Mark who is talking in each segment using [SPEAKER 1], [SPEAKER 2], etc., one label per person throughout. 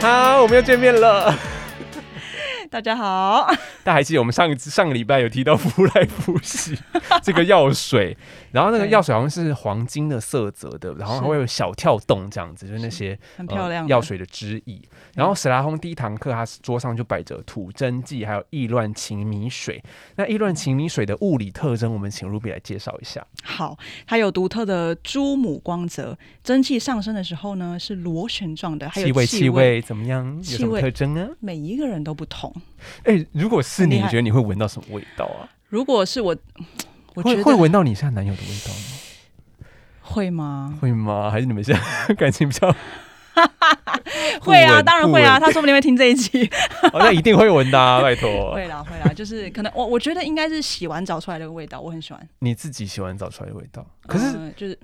[SPEAKER 1] 好，我们又见面了。
[SPEAKER 2] 大家好，
[SPEAKER 1] 大家还记得我们上一次上个礼拜有提到福来福 喜这个药水，然后那个
[SPEAKER 2] 对
[SPEAKER 1] 药水好像是黄金的色泽的，然后还
[SPEAKER 2] 是
[SPEAKER 1] 会有小跳动这样子，就是那些
[SPEAKER 2] 很漂
[SPEAKER 1] 呃
[SPEAKER 2] 亮的
[SPEAKER 1] 药、水的汁液。然后史拉轰第一堂课，他桌上就摆着土蒸剂，还有意乱情米水。那意乱情米水的物理特征，我们请 Ruby 来介绍一下。
[SPEAKER 2] 好，它有独特的珠母光泽，蒸汽上升的时候呢是螺旋状的，还有
[SPEAKER 1] 气味
[SPEAKER 2] 气
[SPEAKER 1] 气味怎么样？有
[SPEAKER 2] 气
[SPEAKER 1] 什么
[SPEAKER 2] 味
[SPEAKER 1] 特征啊？
[SPEAKER 2] 每一个人都不同。
[SPEAKER 1] 哎、如果是
[SPEAKER 2] 很
[SPEAKER 1] 你，
[SPEAKER 2] 厉
[SPEAKER 1] 你
[SPEAKER 2] 害
[SPEAKER 1] 觉得你会闻到什么味道啊？
[SPEAKER 2] 如果是我，我觉
[SPEAKER 1] 会
[SPEAKER 2] 得
[SPEAKER 1] 会闻到你现在男友的味道吗？
[SPEAKER 2] 会吗？
[SPEAKER 1] 会吗？还是你们现在 感情比较？
[SPEAKER 2] 会啊，
[SPEAKER 1] 闻
[SPEAKER 2] 当然
[SPEAKER 1] 不
[SPEAKER 2] 会啊，
[SPEAKER 1] 闻
[SPEAKER 2] 他说不定会听这 一集。
[SPEAKER 1] 哦，那一定会闻的、啊，拜托。
[SPEAKER 2] 会啦，会啦，就是可能我我觉得应该是洗完澡出来的味道，我很喜欢。
[SPEAKER 1] 你自己洗完澡出来的味道，可是
[SPEAKER 2] 呃就是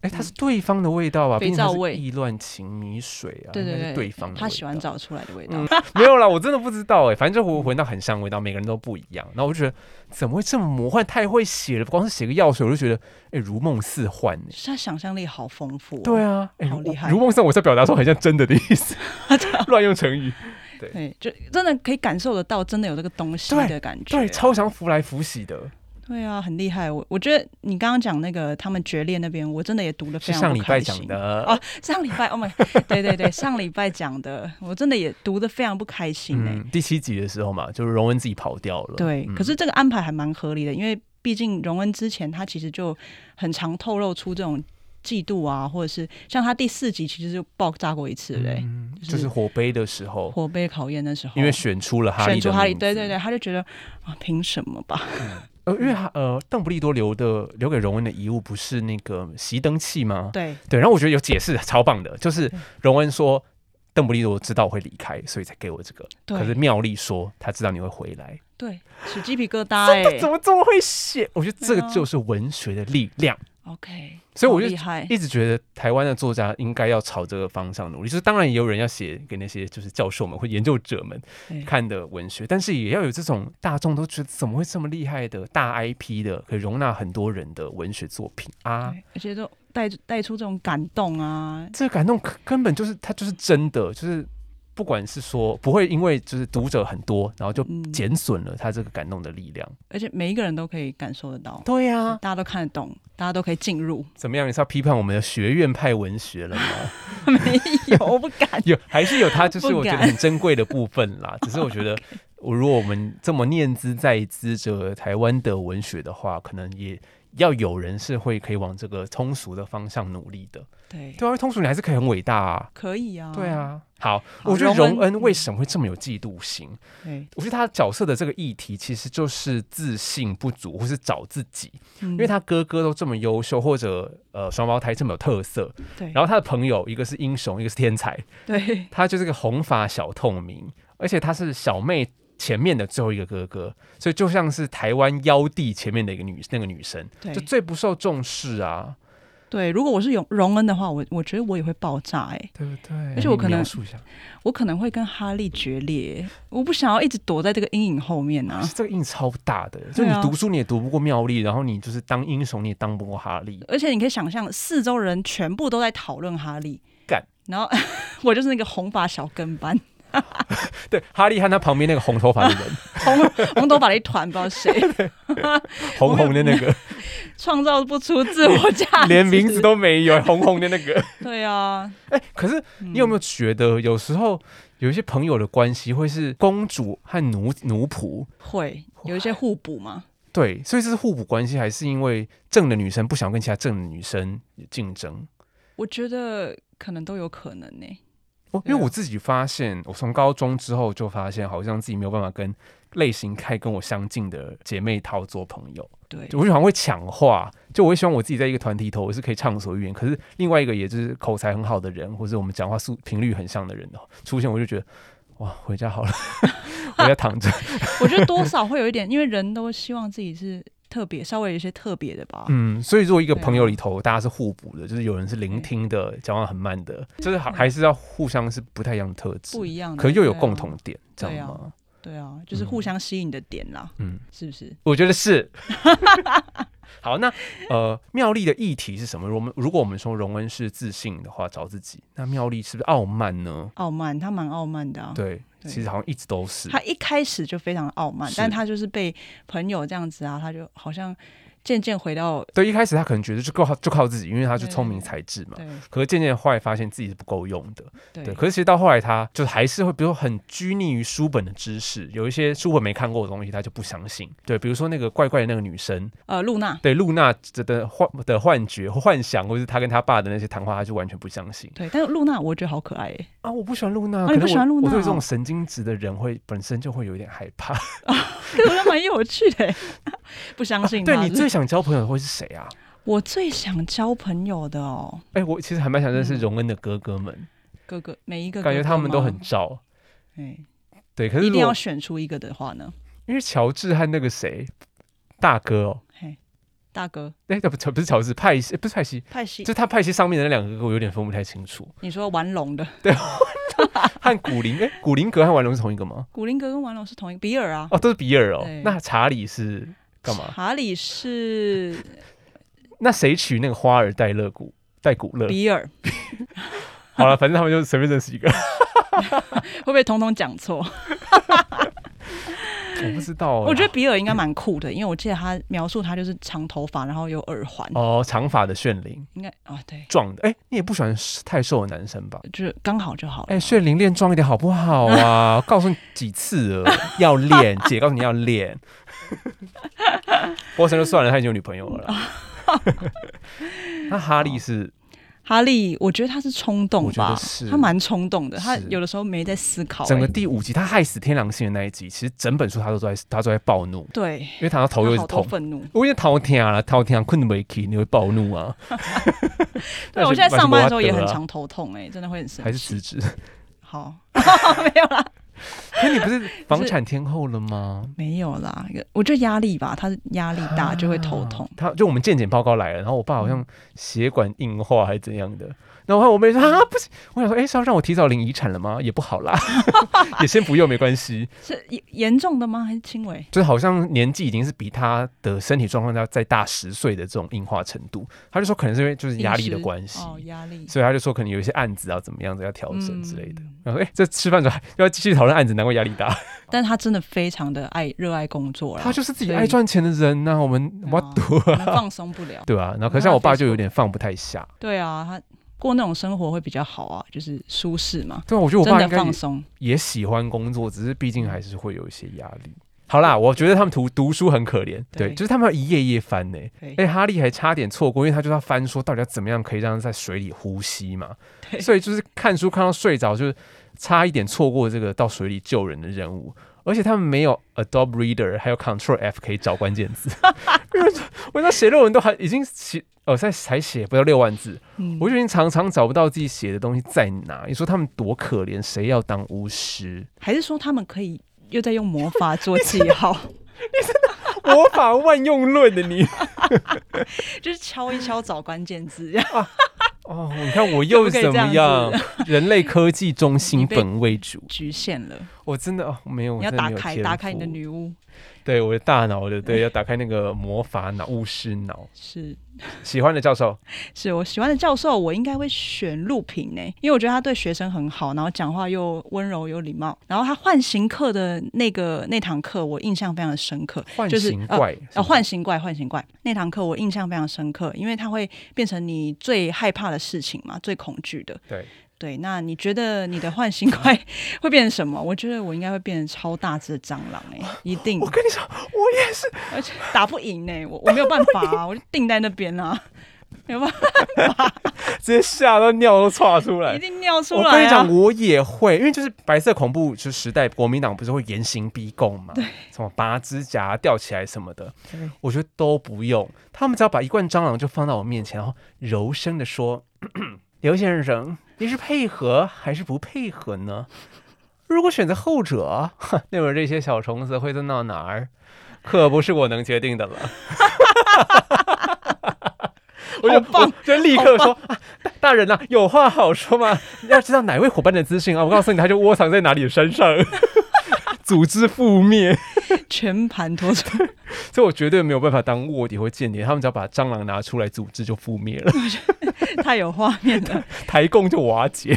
[SPEAKER 1] 哎、它是对方的味道吧？
[SPEAKER 2] 肥
[SPEAKER 1] 毕竟它
[SPEAKER 2] 皂
[SPEAKER 1] 是
[SPEAKER 2] 味
[SPEAKER 1] 意乱情迷水啊，
[SPEAKER 2] 对
[SPEAKER 1] 应该
[SPEAKER 2] 对
[SPEAKER 1] 是
[SPEAKER 2] 对，
[SPEAKER 1] 对方的
[SPEAKER 2] 他
[SPEAKER 1] 味
[SPEAKER 2] 洗完
[SPEAKER 1] 道
[SPEAKER 2] 澡出来的味道。
[SPEAKER 1] 嗯 没有啦，我真的不知道哎、反正就闻闻到很香的味道，每个人都不一样。然后我就觉得怎么会这么魔幻，太会写了，光是写个药水我就觉得哎、如梦似幻哎、
[SPEAKER 2] 他想象力好丰富、哦。
[SPEAKER 1] 对啊，哎、
[SPEAKER 2] 好
[SPEAKER 1] 如
[SPEAKER 2] 厉害啊
[SPEAKER 1] 如梦似幻，我在表达说很像真的的意 思， 乱用成语。
[SPEAKER 2] 对，就真的可以感受得到，真的有这个东西
[SPEAKER 1] 对
[SPEAKER 2] 的感觉。
[SPEAKER 1] 对，超想福来福喜的，
[SPEAKER 2] 对啊，很厉害。我我觉得你刚刚讲那个他们决裂那边，我真的也读的
[SPEAKER 1] 是
[SPEAKER 2] 非常
[SPEAKER 1] 上礼
[SPEAKER 2] 不
[SPEAKER 1] 拜
[SPEAKER 2] 开
[SPEAKER 1] 讲
[SPEAKER 2] 心。
[SPEAKER 1] 的。
[SPEAKER 2] 哦， 上礼拜，Oh my，对对对，上礼拜讲的，我真的也读的非常不开心哎、
[SPEAKER 1] 嗯，第七集的时候嘛，就是荣恩自己跑掉了。
[SPEAKER 2] 对，
[SPEAKER 1] 嗯
[SPEAKER 2] 可是这个安排还蛮合理的，因为毕竟荣恩之前他其实就很常透露出这种嫉妒啊，或者是像他第四集其实就爆炸过一次，对不对？
[SPEAKER 1] 嗯
[SPEAKER 2] 就是
[SPEAKER 1] 就是火杯的时候，
[SPEAKER 2] 火被考验的时候，
[SPEAKER 1] 因为选出了哈利的
[SPEAKER 2] 选出哈利，
[SPEAKER 1] 名字
[SPEAKER 2] 对对对，，他就觉得啊，凭什么吧？
[SPEAKER 1] 呃，因为哈呃，邓布利多留的留给荣恩的遗物不是那个熄灯器吗？
[SPEAKER 2] 对，
[SPEAKER 1] 对，然后我觉得有解释超棒的，就是
[SPEAKER 2] 对
[SPEAKER 1] 荣恩说邓布利多知道我会离开，所以才给我这个。
[SPEAKER 2] 对
[SPEAKER 1] 可是妙丽说他知道你会回来，
[SPEAKER 2] 对，起鸡皮疙瘩哎、
[SPEAKER 1] 怎么这么会写？我觉得这个
[SPEAKER 2] 对啊
[SPEAKER 1] 就是文学的力量。
[SPEAKER 2] 欸 OK，
[SPEAKER 1] 所以我
[SPEAKER 2] 好
[SPEAKER 1] 就
[SPEAKER 2] 厉害，
[SPEAKER 1] 一直觉得台湾的作家应该要朝这个方向努力，就是当然也有人要写给那些就是教授们或研究者们
[SPEAKER 2] 对
[SPEAKER 1] 看的文学，但是也要有这种大众都觉得怎么会这么厉害的大 IP 的，可以容纳很多人的文学作品啊！
[SPEAKER 2] 对而且都带带出这种感动啊，
[SPEAKER 1] 这个感动可根本就是它就是真的，就是不管是说不会因为就是读者很多，然后就
[SPEAKER 2] 嗯
[SPEAKER 1] 减损了他这个感动的力量。
[SPEAKER 2] 而且每一个人都可以感受得到，
[SPEAKER 1] 对呀、
[SPEAKER 2] 大家都看得懂，大家都可以 进入。
[SPEAKER 1] 怎么样？你是要批判我们的学院派文学了吗？
[SPEAKER 2] 没有，我不敢。
[SPEAKER 1] 有还是有它，就是
[SPEAKER 2] 不
[SPEAKER 1] 我觉得
[SPEAKER 2] 敢
[SPEAKER 1] 很珍贵的部分 啦。只是我觉得，我如果我们这么念兹在兹着台湾的文学的话，可能也要有人是会可以往这个通俗的方向努力的。
[SPEAKER 2] 对，
[SPEAKER 1] 对啊，通俗你还是可以很伟大啊。
[SPEAKER 2] 可以啊。
[SPEAKER 1] 对，啊，好，
[SPEAKER 2] 好
[SPEAKER 1] 我觉得
[SPEAKER 2] 荣
[SPEAKER 1] 荣
[SPEAKER 2] 恩嗯
[SPEAKER 1] 恩为什么会这么有嫉妒心？
[SPEAKER 2] 对，
[SPEAKER 1] 我觉得他角色的这个议题其实就是自信不足，或是找自己。
[SPEAKER 2] 因
[SPEAKER 1] 因为他哥哥都这么优秀，或者呃双胞胎这么有特色，
[SPEAKER 2] 对，
[SPEAKER 1] 然后他的朋友一个是英雄，一个是天才，
[SPEAKER 2] 对
[SPEAKER 1] 他就是个红发小透明，而且他是小妹前面的最后一个哥哥，所以就像是台湾妖帝前面的一个女那个女生，就
[SPEAKER 2] 对
[SPEAKER 1] 最不受重视啊，
[SPEAKER 2] 对，如果我是荣荣恩的话，我我觉得我也会爆炸哎、
[SPEAKER 1] 对不对？
[SPEAKER 2] 而且我可能
[SPEAKER 1] 你描述一下，
[SPEAKER 2] 我可能会跟哈利决裂欸，我不想要一直躲在这个阴影后面 啊。
[SPEAKER 1] 这个印超大的，就你
[SPEAKER 2] 对啊
[SPEAKER 1] 读书你也读不过妙丽，然后你就是当英雄你也当不过哈利，
[SPEAKER 2] 而且你可以想象，四周人全部都在讨论哈利，
[SPEAKER 1] 干，
[SPEAKER 2] 然后 我就是那个红发小跟班，
[SPEAKER 1] 对，哈利和他旁边那个红头发的 人，
[SPEAKER 2] 红红头发的一团，不知道谁，
[SPEAKER 1] 红红的那个，
[SPEAKER 2] 创造不出自我价 值，
[SPEAKER 1] 连名字都没有，红红的那个。
[SPEAKER 2] 对啊，
[SPEAKER 1] 哎、可是你有没有觉得，有时候有一些朋友的关系会是公主和奴奴仆，
[SPEAKER 2] 会有一些互补嘛？
[SPEAKER 1] 对，所以这是互补关系，还是因为正的女生不想跟其他正的女生竞争？
[SPEAKER 2] 我觉得可能都有可能呢、
[SPEAKER 1] 哦，因
[SPEAKER 2] 对啊
[SPEAKER 1] 为我自己发现，我从高中之后就发现，好像自己没有办法跟类型太跟我相近的姐妹淘做朋友，
[SPEAKER 2] 对
[SPEAKER 1] 就我就好像会抢话，就我会希望我自己在一个团体头我是可以畅所欲言，可是另外一个也就是口才很好的人，或者我们讲话速频率很像的人哦出现，我就觉得哇，回家好了， 回家躺着，
[SPEAKER 2] 我觉得多少会有一点，因为人都希望自己是特别，稍微有一些特别的吧。
[SPEAKER 1] 嗯，所以如果一个
[SPEAKER 2] 对啊
[SPEAKER 1] 朋友里头大家是互补的，就是有人是聆听的，讲话很慢的，就是还
[SPEAKER 2] 嗯
[SPEAKER 1] 还是要互相是不太一样的特质
[SPEAKER 2] 不，一样的，
[SPEAKER 1] 可又有
[SPEAKER 2] 对啊
[SPEAKER 1] 共同，点，这
[SPEAKER 2] 对
[SPEAKER 1] 样
[SPEAKER 2] 啊
[SPEAKER 1] 吗？
[SPEAKER 2] 对啊，就是互相吸引的点啦，
[SPEAKER 1] 嗯，
[SPEAKER 2] 是不是？
[SPEAKER 1] 我觉得是。 好，那呃，妙丽的议题是什么？我们如果我们说荣恩是自信的话，找自己，那妙丽是不是傲慢呢？
[SPEAKER 2] 傲慢，他蛮傲慢的啊。
[SPEAKER 1] 对，
[SPEAKER 2] 对
[SPEAKER 1] 其实好像一直都是。
[SPEAKER 2] 他一开始就非常傲慢，
[SPEAKER 1] 是
[SPEAKER 2] 但他就是被朋友这样子啊，他就好像渐渐回到
[SPEAKER 1] 对，一开始他可能觉得就靠就靠自己，因为他就
[SPEAKER 2] 对
[SPEAKER 1] 聪明才智嘛。
[SPEAKER 2] 对
[SPEAKER 1] 可是渐渐后来发现自己是不够用的，
[SPEAKER 2] 对
[SPEAKER 1] 对。可是其实到后来，他就还是会，比如说很拘泥于书本的知识，有一些书本没看过的东西，他就不相信。对，比如说那个怪怪的那个女生，
[SPEAKER 2] 呃露娜，
[SPEAKER 1] 对露娜的的幻的幻觉、幻想，或是他跟他爸的那些谈话，他就完全不相信
[SPEAKER 2] 对，但是露娜我觉得好可爱耶，
[SPEAKER 1] 啊！我不喜欢露娜，
[SPEAKER 2] 啊
[SPEAKER 1] 可是
[SPEAKER 2] 你不喜欢露
[SPEAKER 1] 我
[SPEAKER 2] 娜
[SPEAKER 1] 对这
[SPEAKER 2] 哦
[SPEAKER 1] 种神经质的人会本身就会有一点害怕。
[SPEAKER 2] 对，我觉得蛮有趣的耶，不相信
[SPEAKER 1] 啊对
[SPEAKER 2] 他
[SPEAKER 1] 你
[SPEAKER 2] 是
[SPEAKER 1] 最想交朋友的会是谁啊？
[SPEAKER 2] 我最想交朋友的哦，
[SPEAKER 1] 哎、我其实还蛮想认识荣恩的哥哥们，
[SPEAKER 2] 哥哥每一个
[SPEAKER 1] 感觉
[SPEAKER 2] 嗯哥哥
[SPEAKER 1] 他们都
[SPEAKER 2] 吗
[SPEAKER 1] 很照。
[SPEAKER 2] 哎，
[SPEAKER 1] 对，可是
[SPEAKER 2] 一
[SPEAKER 1] 如
[SPEAKER 2] 定
[SPEAKER 1] 果
[SPEAKER 2] 要选出一个的话呢，
[SPEAKER 1] 因为乔治和那个谁大哥哦，
[SPEAKER 2] 嘿，大哥
[SPEAKER 1] 哎、不不是乔治，派西哎不是派西，
[SPEAKER 2] 派系
[SPEAKER 1] 就，是他派系上面的那两个哥，我有点分不太清 楚。
[SPEAKER 2] 你说玩龙的
[SPEAKER 1] 和古灵，哎、古灵格和玩龙是同一个 吗？
[SPEAKER 2] 古灵阁跟玩龙是同一个，比尔啊，
[SPEAKER 1] 哦，都是比尔哦
[SPEAKER 2] 对。
[SPEAKER 1] 那查理是干嘛？
[SPEAKER 2] 查理是
[SPEAKER 1] 那谁娶那个花儿戴乐古戴古乐？
[SPEAKER 2] 比尔，
[SPEAKER 1] 好了，反正他们就随便认 识一个，
[SPEAKER 2] 会不会统统讲错？
[SPEAKER 1] 我不知道啊啦。
[SPEAKER 2] 我觉得比尔应该蛮酷的，因为我记得他描述他就是长头发，然后有耳环，
[SPEAKER 1] 哦，长发的炫灵
[SPEAKER 2] 应该啊对，
[SPEAKER 1] 壮的，哎、你也不喜欢太瘦的男生吧？
[SPEAKER 2] 就是刚好就好了。
[SPEAKER 1] 哎、炫灵练壮一点好不好 啊？告诉你几次了，要练，姐告诉你要 练。波神就算了，他已经有女朋友 了啦。那哈利是，
[SPEAKER 2] 哈利，我觉得他是冲动
[SPEAKER 1] 我觉得
[SPEAKER 2] 哦吧
[SPEAKER 1] 是，
[SPEAKER 2] 他蛮冲动的，
[SPEAKER 1] 是
[SPEAKER 2] 他有的时候没在思考、
[SPEAKER 1] 整个
[SPEAKER 2] 哎
[SPEAKER 1] 第五集他害死天狼星的那一集，其实整本书他都在他都在暴怒，
[SPEAKER 2] 对，
[SPEAKER 1] 因为他的头又
[SPEAKER 2] 他
[SPEAKER 1] 一
[SPEAKER 2] 好
[SPEAKER 1] 直
[SPEAKER 2] 多
[SPEAKER 1] 痛。
[SPEAKER 2] 愤怒。！
[SPEAKER 1] 我已经头疼了，头疼困不起，你会暴怒啊
[SPEAKER 2] 对，我现在上班的时候也很
[SPEAKER 1] 长，
[SPEAKER 2] 常头痛、哎，真的会很
[SPEAKER 1] 啊还
[SPEAKER 2] 生
[SPEAKER 1] 是
[SPEAKER 2] 气
[SPEAKER 1] 辞。 职？
[SPEAKER 2] 好，没有啦，
[SPEAKER 1] 可你不是房产天后了吗？
[SPEAKER 2] 没有啦，我觉得压力吧，他压力大就会头痛
[SPEAKER 1] 啊。他就我们健检报告来了，然后我爸好像血管硬化还是怎样的，然后我妹说啊不行，我想说哎、诶是要让我提早领遗产了吗？也不好啦， 也先不用没关系，
[SPEAKER 2] 是严严重的吗？还是轻微？
[SPEAKER 1] 就是好像年纪已经是比他的身体状况要再大十岁的这种硬化程度，他就说可能是因为就是压力的关系。
[SPEAKER 2] 哦，压力
[SPEAKER 1] 所以他就说，可能有一些案子要怎么样子要调整之类的。
[SPEAKER 2] 嗯
[SPEAKER 1] 然后说，哎、这吃饭的时候还要继续讨论案子，难怪压力大。
[SPEAKER 2] 但他真的非常的爱热爱工作啦，
[SPEAKER 1] 他就是自己
[SPEAKER 2] 所以
[SPEAKER 1] 爱赚钱的人呐、我们
[SPEAKER 2] 对啊
[SPEAKER 1] 我赌
[SPEAKER 2] 我
[SPEAKER 1] 啊，
[SPEAKER 2] 们放松不了。
[SPEAKER 1] 对啊。然后可是像我爸就有点放不太下，
[SPEAKER 2] 对啊，他过那种生活会比较好啊，就是舒适嘛，
[SPEAKER 1] 对啊，我觉得我
[SPEAKER 2] 真
[SPEAKER 1] 爸
[SPEAKER 2] 的
[SPEAKER 1] 应该
[SPEAKER 2] 放松。
[SPEAKER 1] 也喜欢工作，只是毕竟还是会有一些压力。好啦，我觉得他们读读书很可怜，
[SPEAKER 2] 对
[SPEAKER 1] 对，就是他们要一页一页翻呢、
[SPEAKER 2] 对
[SPEAKER 1] 哎、哈利还差点错过，因为他就要翻说到底要怎么样可以让他在水里呼吸嘛。
[SPEAKER 2] 对
[SPEAKER 1] 所以就是看书看到睡着，就是差一点错过这个到水里救人的任务。而且他们没有 Adobe Reader，还有 Control F 可以找关键 字。我那写论文都还已经写，哦，在才写不到六万字，
[SPEAKER 2] 嗯，
[SPEAKER 1] 我就已经常常找不到自己写的东西在哪。你说他们多可怜，谁要当巫 师？
[SPEAKER 2] 还是说他们可以又在用魔法做记号，
[SPEAKER 1] 魔法万用论的你
[SPEAKER 2] 就是敲一敲找关键字，这样
[SPEAKER 1] 哦，你看我又
[SPEAKER 2] 可不可
[SPEAKER 1] 怎
[SPEAKER 2] 以这样
[SPEAKER 1] 么
[SPEAKER 2] 子
[SPEAKER 1] 样？ 人类科技中心
[SPEAKER 2] 你被
[SPEAKER 1] 本位主，
[SPEAKER 2] 局限了。
[SPEAKER 1] 我真的哦没有，
[SPEAKER 2] 你
[SPEAKER 1] 我
[SPEAKER 2] 要
[SPEAKER 1] 真的
[SPEAKER 2] 打
[SPEAKER 1] 没有
[SPEAKER 2] 开
[SPEAKER 1] 天
[SPEAKER 2] 打开你的
[SPEAKER 1] 赋
[SPEAKER 2] 女巫，
[SPEAKER 1] 对我的大脑的
[SPEAKER 2] 哎
[SPEAKER 1] 对，要打开那个魔法脑巫师脑。
[SPEAKER 2] 是
[SPEAKER 1] 喜欢的教授，
[SPEAKER 2] 是我喜欢的教授，我应该会选陆平呢，欸因为我觉得他对学生很好，然后讲话又温柔有礼貌。然后他唤醒课的那个那堂课，我印象非常的深刻，
[SPEAKER 1] 唤
[SPEAKER 2] 就是
[SPEAKER 1] 醒
[SPEAKER 2] 呃
[SPEAKER 1] 怪
[SPEAKER 2] 啊，唤醒怪，唤醒怪那堂课我印象非常深刻，因为它会变成你最害怕的事情嘛，最恐惧的。
[SPEAKER 1] 对，
[SPEAKER 2] 对，那你觉得你的唤醒怪 会变成什么？我觉得我应该会变成超大只的蟑螂哎、一定
[SPEAKER 1] 我，跟你说，我也是，
[SPEAKER 2] 而且 打不赢哎、我我没有办法 啊，我就定在那边啦、没有办法，
[SPEAKER 1] 直接吓到尿都岔出
[SPEAKER 2] 一
[SPEAKER 1] 来。
[SPEAKER 2] 定尿出
[SPEAKER 1] 哎我跟
[SPEAKER 2] 来
[SPEAKER 1] 你
[SPEAKER 2] 啊
[SPEAKER 1] 讲，！我也会，因为就是白色恐怖就是时代，国民党不是会严刑逼供嘛，什么拔指甲、吊起来什么的
[SPEAKER 2] 对，
[SPEAKER 1] 我觉得都不用，他们只要把一罐蟑螂就放到我面前，然后柔声的说：“ 刘先生，您是配合还是不配合呢？”如果选择后者， 哼那么这些小虫子会钻到哪儿，可不是我能决定的了。 我就
[SPEAKER 2] 好棒
[SPEAKER 1] 我就立刻说、啊大大人呐、有话好说嘛！要知道哪位伙伴的资讯啊，我告诉你，他就窝 藏在哪里的山上，组织覆灭。
[SPEAKER 2] 全盘托出，
[SPEAKER 1] 所以我绝对没有办法当卧底或间谍。他们只要把蟑螂拿出来组织就覆 灭了，
[SPEAKER 2] 太有画面了，
[SPEAKER 1] 台共就瓦解。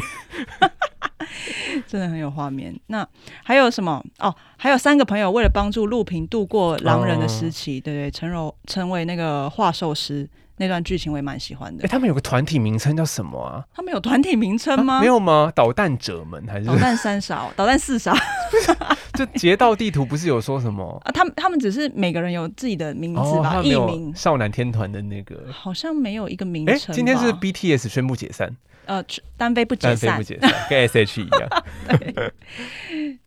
[SPEAKER 2] 真的很有画面。那还有什么？哦，还有三个朋友为了帮助陆平度过狼人的时
[SPEAKER 1] 哦
[SPEAKER 2] 期，对对，成柔成为那个画兽师那段剧情，我也蛮喜欢
[SPEAKER 1] 哎、
[SPEAKER 2] 的。
[SPEAKER 1] 他们有个团体名称叫什么啊？
[SPEAKER 2] 他们有团体名称吗？
[SPEAKER 1] 啊没。有吗？导弹者们还是
[SPEAKER 2] 导弹三少，导弹四少啊
[SPEAKER 1] 就街道地图不是有说什么？
[SPEAKER 2] 啊，他们他们只是每个人有自己的名字
[SPEAKER 1] 哦，他
[SPEAKER 2] 吧，
[SPEAKER 1] 们
[SPEAKER 2] 艺、
[SPEAKER 1] 没有
[SPEAKER 2] 名，
[SPEAKER 1] 少男天团的那个。
[SPEAKER 2] 好像没有一个名
[SPEAKER 1] 哎、
[SPEAKER 2] 称吧。
[SPEAKER 1] 今天是 BTS 宣布解散，
[SPEAKER 2] 呃单飞不解
[SPEAKER 1] 但非
[SPEAKER 2] 散
[SPEAKER 1] 不，解散，跟 SH 一 样。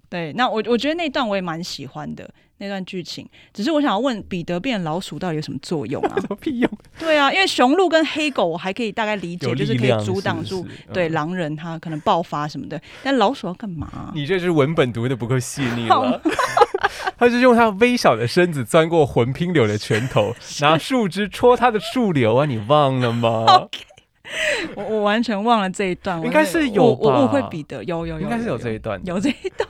[SPEAKER 2] 对，那我我觉得那段我也蛮喜欢的那段剧情，只是我想要问彼得变老鼠到底有什么作用啊
[SPEAKER 1] 什？么屁用？
[SPEAKER 2] 对啊，因为雄鹿跟黑狗我还可以大概理解，
[SPEAKER 1] 有
[SPEAKER 2] 就是
[SPEAKER 1] 力
[SPEAKER 2] 可
[SPEAKER 1] 量
[SPEAKER 2] 以阻挡住
[SPEAKER 1] 是不是
[SPEAKER 2] 对
[SPEAKER 1] 嗯
[SPEAKER 2] 狼人他可能爆发什么的，但老鼠要干嘛啊、
[SPEAKER 1] 你这是文本读的不够细腻了。 他就用他微小的身子钻过魂拼柳的拳 头，拿树枝戳他的树瘤啊！你忘了吗？
[SPEAKER 2] 我我完全忘了这一段，我
[SPEAKER 1] 应该
[SPEAKER 2] 那
[SPEAKER 1] 是
[SPEAKER 2] 我
[SPEAKER 1] 有
[SPEAKER 2] 我误会
[SPEAKER 1] 吧
[SPEAKER 2] 彼得，有有有，
[SPEAKER 1] 应该是有这一
[SPEAKER 2] 段，
[SPEAKER 1] 段。
[SPEAKER 2] 有这一段，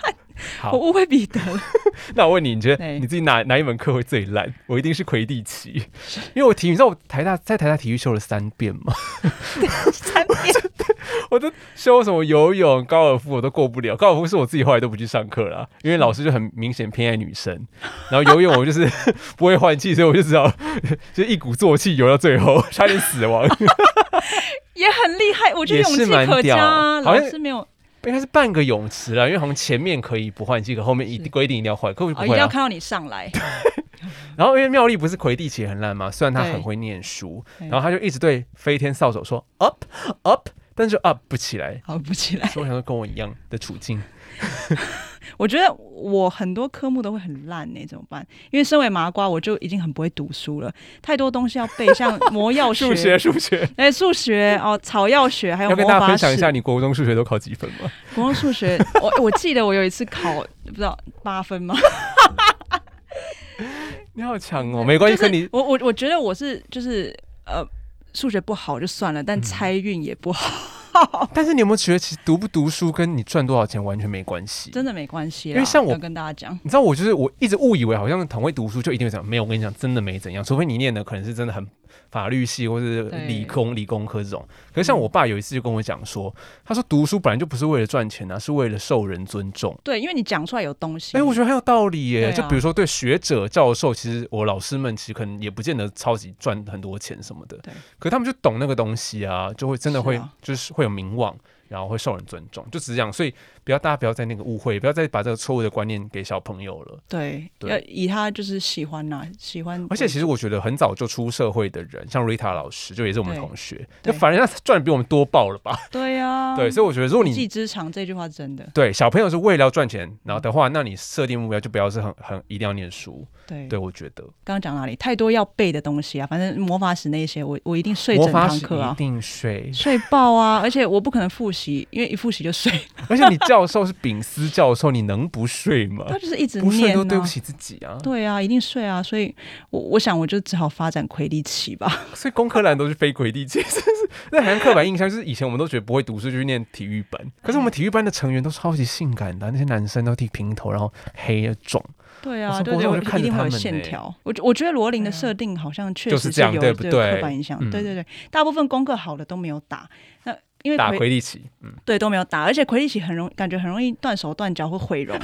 [SPEAKER 1] 好
[SPEAKER 2] 我，误会彼得了。
[SPEAKER 1] 那我问你，你觉得
[SPEAKER 2] 对
[SPEAKER 1] 你自己哪哪一门课会最烂？我一定是魁地奇，因为我体育，你知道我台大在台大体育修了三遍吗？
[SPEAKER 2] 三 遍
[SPEAKER 1] 我都修什么游泳、高尔夫，我都过不了。高尔夫是我自己后来都不去上课了啊，因为老师就很明显偏爱女生。然后游泳我就是 不会换气，所以我就只好 就一鼓作气游到最后，差点死 亡。
[SPEAKER 2] 也很厉害，我觉得
[SPEAKER 1] 也
[SPEAKER 2] 勇
[SPEAKER 1] 是
[SPEAKER 2] 气
[SPEAKER 1] 蛮
[SPEAKER 2] 可
[SPEAKER 1] 屌
[SPEAKER 2] 嘉啊。
[SPEAKER 1] 好
[SPEAKER 2] 老
[SPEAKER 1] 像
[SPEAKER 2] 师没有，
[SPEAKER 1] 应该是半个泳池啦，因为好像前面可以不换气，可后面一
[SPEAKER 2] 是
[SPEAKER 1] 规定一定要换，可我就
[SPEAKER 2] 哦，
[SPEAKER 1] 不
[SPEAKER 2] 一定
[SPEAKER 1] 会
[SPEAKER 2] 要
[SPEAKER 1] 啊。
[SPEAKER 2] 看到你上来，
[SPEAKER 1] 然后因为妙丽不是魁地奇很烂吗？虽然她
[SPEAKER 2] 对
[SPEAKER 1] 很会念书，
[SPEAKER 2] 对
[SPEAKER 1] 然后她就一直对飞天扫帚说 up up，但是就 up 不起来。
[SPEAKER 2] 好不起来。
[SPEAKER 1] 所以我想说跟我一样的处境，
[SPEAKER 2] 我觉得我很多科目都会很烂呢、怎么办？因为身为麻瓜，我就已经很不会读书了，太多东西要背，像魔药学、
[SPEAKER 1] 数 学数学。
[SPEAKER 2] 哎、数学哦，草药学，还有
[SPEAKER 1] 要跟
[SPEAKER 2] 魔
[SPEAKER 1] 大家
[SPEAKER 2] 法
[SPEAKER 1] 分享一下，
[SPEAKER 2] 史。
[SPEAKER 1] 你国中数学都考几分吗？
[SPEAKER 2] 国中数学，我我记得我有一次考不知道八分吗？
[SPEAKER 1] 你好强哦，没关系，
[SPEAKER 2] 就是
[SPEAKER 1] 跟你
[SPEAKER 2] 我我我觉得我是就是呃数学不好就算了，但
[SPEAKER 1] 嗯
[SPEAKER 2] 猜运也不好，
[SPEAKER 1] 但是你有没有觉得，其实读不读书跟你赚多少钱完全没关系？
[SPEAKER 2] 真的没关系啦。
[SPEAKER 1] 因为像我
[SPEAKER 2] 要跟大家讲，
[SPEAKER 1] 你知道，我就是我一直误以为好像很会读书就一定会怎样，没有，我跟你讲，真的没怎样。除非你念的可能是真的很法律系或是
[SPEAKER 2] 对
[SPEAKER 1] 理工理工科这种。可是像我爸有一次就跟我讲说，他说读书本来就不是为了赚钱啊，是为了受人尊重。
[SPEAKER 2] 对，因为你讲出来有东西。
[SPEAKER 1] 哎、我觉得很有道理耶。
[SPEAKER 2] 对啊
[SPEAKER 1] 就比如说对学者、教授，其实我老师们其实可能也不见得超级赚很多钱什么的
[SPEAKER 2] 对，
[SPEAKER 1] 可他们就懂那个东西啊，就会真的
[SPEAKER 2] 是
[SPEAKER 1] 会、
[SPEAKER 2] 啊
[SPEAKER 1] 就是会有名望，然后会受人尊重，就只是这样。所以不要大家不要再那个误会，不要再把这个错误的观念给小朋友了。
[SPEAKER 2] 对，
[SPEAKER 1] 对
[SPEAKER 2] 要以他就是喜欢呐、喜欢。
[SPEAKER 1] 而且其实我觉得很早就出社会的人，像 Rita 老师，就也是我们
[SPEAKER 2] 对
[SPEAKER 1] 同学，
[SPEAKER 2] 对
[SPEAKER 1] 那反而他赚的比我们多爆了吧？
[SPEAKER 2] 对啊，
[SPEAKER 1] 对，所以我觉得如果
[SPEAKER 2] 一技
[SPEAKER 1] 你
[SPEAKER 2] 之长这句话是真的，
[SPEAKER 1] 对小朋友是为了要赚钱，然后的
[SPEAKER 2] 嗯
[SPEAKER 1] 话，那你设定目标就不要是很很一定要念书。
[SPEAKER 2] 对
[SPEAKER 1] 对，我觉得。
[SPEAKER 2] 刚刚讲哪里？太多要背的东西啊，反正魔法史那些，我我一定睡
[SPEAKER 1] 魔
[SPEAKER 2] 整
[SPEAKER 1] 法
[SPEAKER 2] 堂
[SPEAKER 1] 史
[SPEAKER 2] 课
[SPEAKER 1] 一
[SPEAKER 2] 啊，，
[SPEAKER 1] 定睡
[SPEAKER 2] 睡爆啊！而且我不可能复习，因为一复习就睡，
[SPEAKER 1] 而且你教授是丙斯教授，你能不睡吗？
[SPEAKER 2] 他就是一直
[SPEAKER 1] 呃不睡
[SPEAKER 2] 念
[SPEAKER 1] 都对不
[SPEAKER 2] 啊。
[SPEAKER 1] 起自己啊！
[SPEAKER 2] 对啊，一定睡啊，所以我我想我就只好发展魁地奇吧。
[SPEAKER 1] 所以工科男都是非魁地奇，真是 那好像刻板印象就是以前我们都觉得不会读书就去念体育班，可是我们体育班的成员都超级性感的啊、那些男生都剃平头，然后黑又壮，
[SPEAKER 2] 对
[SPEAKER 1] 我
[SPEAKER 2] 啊，
[SPEAKER 1] 从
[SPEAKER 2] 对
[SPEAKER 1] 国
[SPEAKER 2] 对，
[SPEAKER 1] 中
[SPEAKER 2] 我
[SPEAKER 1] 就看
[SPEAKER 2] 一
[SPEAKER 1] 着
[SPEAKER 2] 定会
[SPEAKER 1] 他
[SPEAKER 2] 有
[SPEAKER 1] 们
[SPEAKER 2] 线
[SPEAKER 1] 呢啊
[SPEAKER 2] 条。我觉我觉得罗琳的设定好像确
[SPEAKER 1] 就
[SPEAKER 2] 实
[SPEAKER 1] 是这样
[SPEAKER 2] 有
[SPEAKER 1] 对不
[SPEAKER 2] 这个
[SPEAKER 1] 对
[SPEAKER 2] 刻板印象，
[SPEAKER 1] 嗯
[SPEAKER 2] 对对对，大部分功课好的都没有打。那因为
[SPEAKER 1] 打
[SPEAKER 2] 魁
[SPEAKER 1] 魁地奇，嗯，
[SPEAKER 2] 对，都没有打，而且魁地奇很容感觉很容易断手断脚或毁容 欸，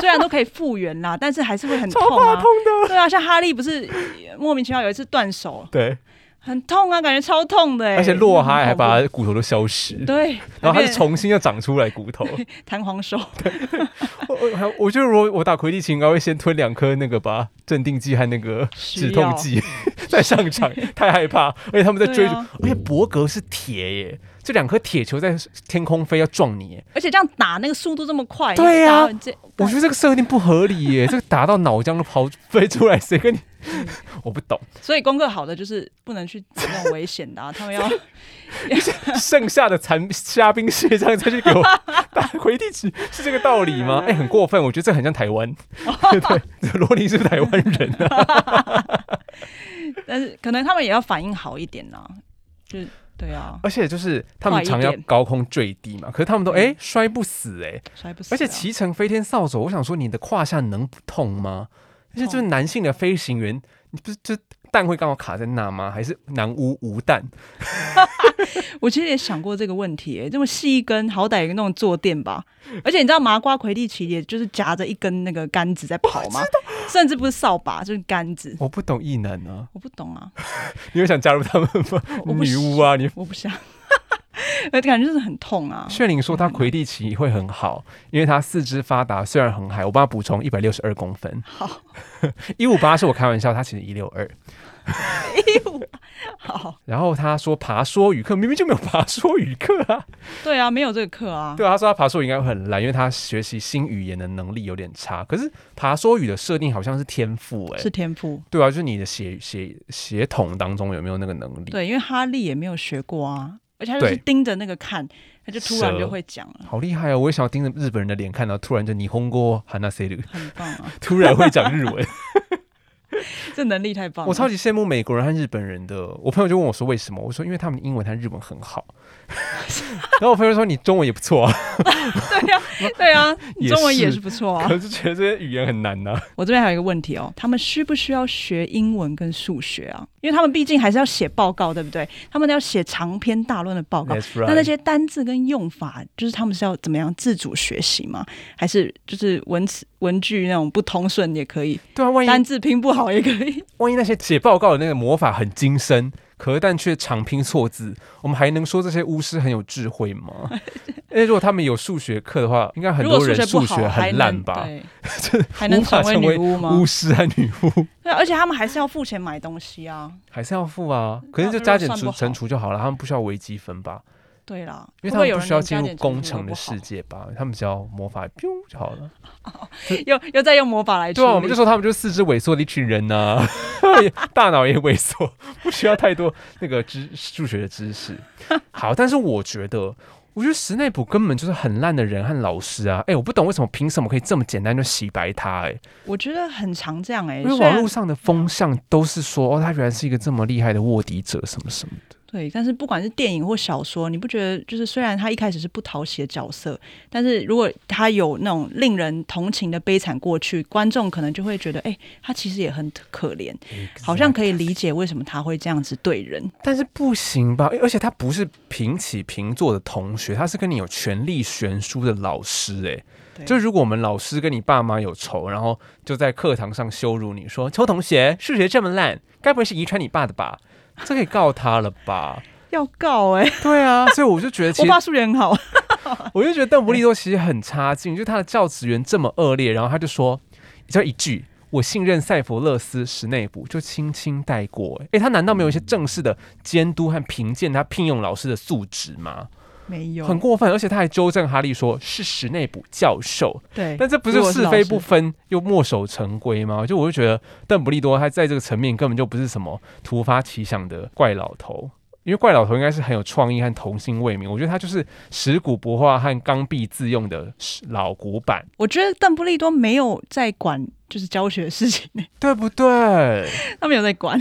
[SPEAKER 2] 虽然都可以复原啦，但是还是会很痛啊。痛的。对啊，像哈利不是呃莫名其妙有一次断手，
[SPEAKER 1] 对，
[SPEAKER 2] 很痛啊，感觉超痛的欸、
[SPEAKER 1] 而且落哈还
[SPEAKER 2] 很恐
[SPEAKER 1] 把
[SPEAKER 2] 怖
[SPEAKER 1] 他骨头都消失，
[SPEAKER 2] 对，
[SPEAKER 1] 然后他
[SPEAKER 2] 还
[SPEAKER 1] 是重新又长出来骨头。
[SPEAKER 2] 变弹簧手，
[SPEAKER 1] 我我还我觉得如果我打魁地奇，应该会先吞两颗那个吧，镇定剂和那个
[SPEAKER 2] 需
[SPEAKER 1] 止痛
[SPEAKER 2] 要
[SPEAKER 1] 剂再上 场，太害怕。而且他们在追逐，
[SPEAKER 2] 对啊
[SPEAKER 1] 而且伯格是铁耶，这两颗铁球在天空飞要撞你耶，
[SPEAKER 2] 而且这样打那个速度这么快，
[SPEAKER 1] 对啊
[SPEAKER 2] 啊，这
[SPEAKER 1] 我觉得这个设定不合理耶，这个打到脑浆都跑飞出来，谁跟你？
[SPEAKER 2] 嗯
[SPEAKER 1] 我不懂，
[SPEAKER 2] 所以功课好的就是不能去那种危 险的、啊，他们要
[SPEAKER 1] 剩下的残虾兵蟹将再去给我打魁地奇，是这个道理 吗？哎、很过分，我觉得这很像台湾。对， 罗琳是不是台湾人啊，
[SPEAKER 2] 但是可能他们也要反应好一点啦、就对啊，
[SPEAKER 1] 而且就是他
[SPEAKER 2] 快
[SPEAKER 1] 们
[SPEAKER 2] 一
[SPEAKER 1] 常要
[SPEAKER 2] 点
[SPEAKER 1] 高空坠地嘛，可是他们都哎、
[SPEAKER 2] 嗯
[SPEAKER 1] 摔不死哎、
[SPEAKER 2] 摔不死啊、
[SPEAKER 1] 而且骑乘飞天扫帚，我想说你的胯下能不痛吗？而且就是男性的飞行员，你不是这蛋会刚好卡在那吗？还是男无无蛋？
[SPEAKER 2] 我其实也想过这个问题、欸，这么细一根，好歹有个那种坐垫吧。而且你知道麻瓜魁地奇也就是夹着一根那个杆子在跑吗？甚至不是扫把，就是杆子。
[SPEAKER 1] 我不懂异男啊，
[SPEAKER 2] 我不懂啊，
[SPEAKER 1] 你会想加入他们吗？
[SPEAKER 2] 我不
[SPEAKER 1] 女巫啊，你
[SPEAKER 2] 我不想， 而感觉就是很痛 啊。
[SPEAKER 1] 炫灵说他魁地奇会很好，因为他四肢发达，虽然很矮，我帮他补充一百六十二公分，
[SPEAKER 2] 好，
[SPEAKER 1] 一五八是我开玩笑，他其实一六二。
[SPEAKER 2] 好，
[SPEAKER 1] 然后他说爬说语课明明就没有爬说语课啊，
[SPEAKER 2] 对啊，没有这个课啊。
[SPEAKER 1] 对啊，他说他爬说语应该会很烂，因为他学习新语言的能力有点差。可是爬说语的设定好像是天赋、欸，
[SPEAKER 2] 是天赋，
[SPEAKER 1] 对啊，就是你的血血血统当中有没有那个能力？
[SPEAKER 2] 对，因为哈利也没有学过啊，而且他就是
[SPEAKER 1] 对
[SPEAKER 2] 盯着那个看，他就突然
[SPEAKER 1] 蛇
[SPEAKER 2] 就会讲了，
[SPEAKER 1] 好厉害哦！我也想要盯着日本人的脸看，然后突然就你轰过哈娜塞鲁，
[SPEAKER 2] 很棒啊，
[SPEAKER 1] 突然会讲日文，
[SPEAKER 2] 这能力太棒了。
[SPEAKER 1] 我超级羡慕美国人和日本人的。我朋友就问我说为什么？我说因为他们的英文和日文很 好。然后我朋友说你中文也不错啊，
[SPEAKER 2] 对呀、对呀、
[SPEAKER 1] 也
[SPEAKER 2] 中文也
[SPEAKER 1] 是
[SPEAKER 2] 是不错啊。
[SPEAKER 1] 可是觉得这些语言很难呐、啊
[SPEAKER 2] 我这边还有一个问题哦，他们需不需要学英文跟数学啊？因为他们毕竟还是要写报告，对不对？他们要写长篇大论的报告。
[SPEAKER 1] That's
[SPEAKER 2] 那那
[SPEAKER 1] right。
[SPEAKER 2] 些单字跟用法，就是他们是要怎么样自主学习吗？还是就是文词文句那种不通顺也可以，
[SPEAKER 1] 对啊，万一
[SPEAKER 2] 单字拼不好也可以？
[SPEAKER 1] 万一那些写报告的那个魔法很精深，可是但却常拼错字，我们还能说这些巫师很有智慧 吗？因为如果他们有数学课的话，应 该很
[SPEAKER 2] 如果
[SPEAKER 1] 多
[SPEAKER 2] 数
[SPEAKER 1] 人
[SPEAKER 2] 学不
[SPEAKER 1] 数
[SPEAKER 2] 好，
[SPEAKER 1] 学
[SPEAKER 2] 还
[SPEAKER 1] 很
[SPEAKER 2] 能
[SPEAKER 1] 烂吧？
[SPEAKER 2] 对，
[SPEAKER 1] 这
[SPEAKER 2] 还能
[SPEAKER 1] 无法
[SPEAKER 2] 成为
[SPEAKER 1] 成
[SPEAKER 2] 女
[SPEAKER 1] 为
[SPEAKER 2] 巫吗
[SPEAKER 1] 巫？师和女巫
[SPEAKER 2] 对，而且他们还是要付钱买东西啊。
[SPEAKER 1] 还是要付啊，可是
[SPEAKER 2] 那
[SPEAKER 1] 就
[SPEAKER 2] 如果
[SPEAKER 1] 加减
[SPEAKER 2] 算不
[SPEAKER 1] 除
[SPEAKER 2] 好
[SPEAKER 1] 乘除就好了，他们不需要微积分吧？
[SPEAKER 2] 对啦，
[SPEAKER 1] 因为
[SPEAKER 2] 会
[SPEAKER 1] 他们
[SPEAKER 2] 会有
[SPEAKER 1] 不
[SPEAKER 2] 人
[SPEAKER 1] 需要
[SPEAKER 2] 连加
[SPEAKER 1] 进入
[SPEAKER 2] 减乘
[SPEAKER 1] 工
[SPEAKER 2] 除
[SPEAKER 1] 程
[SPEAKER 2] 都
[SPEAKER 1] 的
[SPEAKER 2] 不好
[SPEAKER 1] 世，界吧，他们只要魔法 biu 就好了。
[SPEAKER 2] 又又在用魔法来处
[SPEAKER 1] 对
[SPEAKER 2] 理。
[SPEAKER 1] 啊，我们就说他们就是四肢萎缩的一群人呐、 也大脑也萎缩，不需要太多那个知数学的知识。 好，但是我觉得，我觉得史内普根本就是很烂的人和老师啊！哎、我不懂为什么凭什么可以这么简单就洗白他、哎，
[SPEAKER 2] 我觉得很常这样哎、欸，
[SPEAKER 1] 因为
[SPEAKER 2] 虽然
[SPEAKER 1] 网络上的风向都是说，哦，他原来是一个这么厉害的卧底者，什么什么的。
[SPEAKER 2] 对，但是不管是电影或小说，你不觉得就是虽然他一开始是不讨喜的角色，但是如果他有那种令人同情的悲惨过去，观众可能就会觉得，哎、他其实也很可怜，好像可以理解为什么他会这样子对人。
[SPEAKER 1] 但是不行吧？而且他不是平起平坐的同学，他是跟你有权力悬殊的老师、欸。
[SPEAKER 2] 对
[SPEAKER 1] 就如果我们老师跟你爸妈有仇，然后就在课堂上羞辱你说：“邱同学数学这么烂，该不会是遗传你爸的吧？”这可以告他了吧？
[SPEAKER 2] 要告哎、
[SPEAKER 1] 对啊，所以我就觉得，其
[SPEAKER 2] 我
[SPEAKER 1] 实
[SPEAKER 2] 爸数学很好，
[SPEAKER 1] 我就觉得邓布利多其实很差劲，就他的教职员这么恶劣，然后他就说，就一句。我信任塞弗勒斯·史内普，就轻轻带过、欸。诶、他难道没有一些正式的监督和评鉴他聘用老师的素质吗？
[SPEAKER 2] 没有，
[SPEAKER 1] 很过分，而且他还纠正哈利说是史内普教授，
[SPEAKER 2] 对，
[SPEAKER 1] 但这不
[SPEAKER 2] 如
[SPEAKER 1] 是
[SPEAKER 2] 果是
[SPEAKER 1] 是
[SPEAKER 2] 老
[SPEAKER 1] 非
[SPEAKER 2] 师
[SPEAKER 1] 不分又墨守成规吗？就我就觉得邓布利多他在这个层面根本就不是什么突发奇想的怪老头，因为怪老头应该是很有创意和童心未泯。我觉得他就是食古不化和刚愎自用的老古板，
[SPEAKER 2] 我觉得邓布利多没有在管就是教学的事情、 欸，
[SPEAKER 1] 对不对？
[SPEAKER 2] 他没有在管。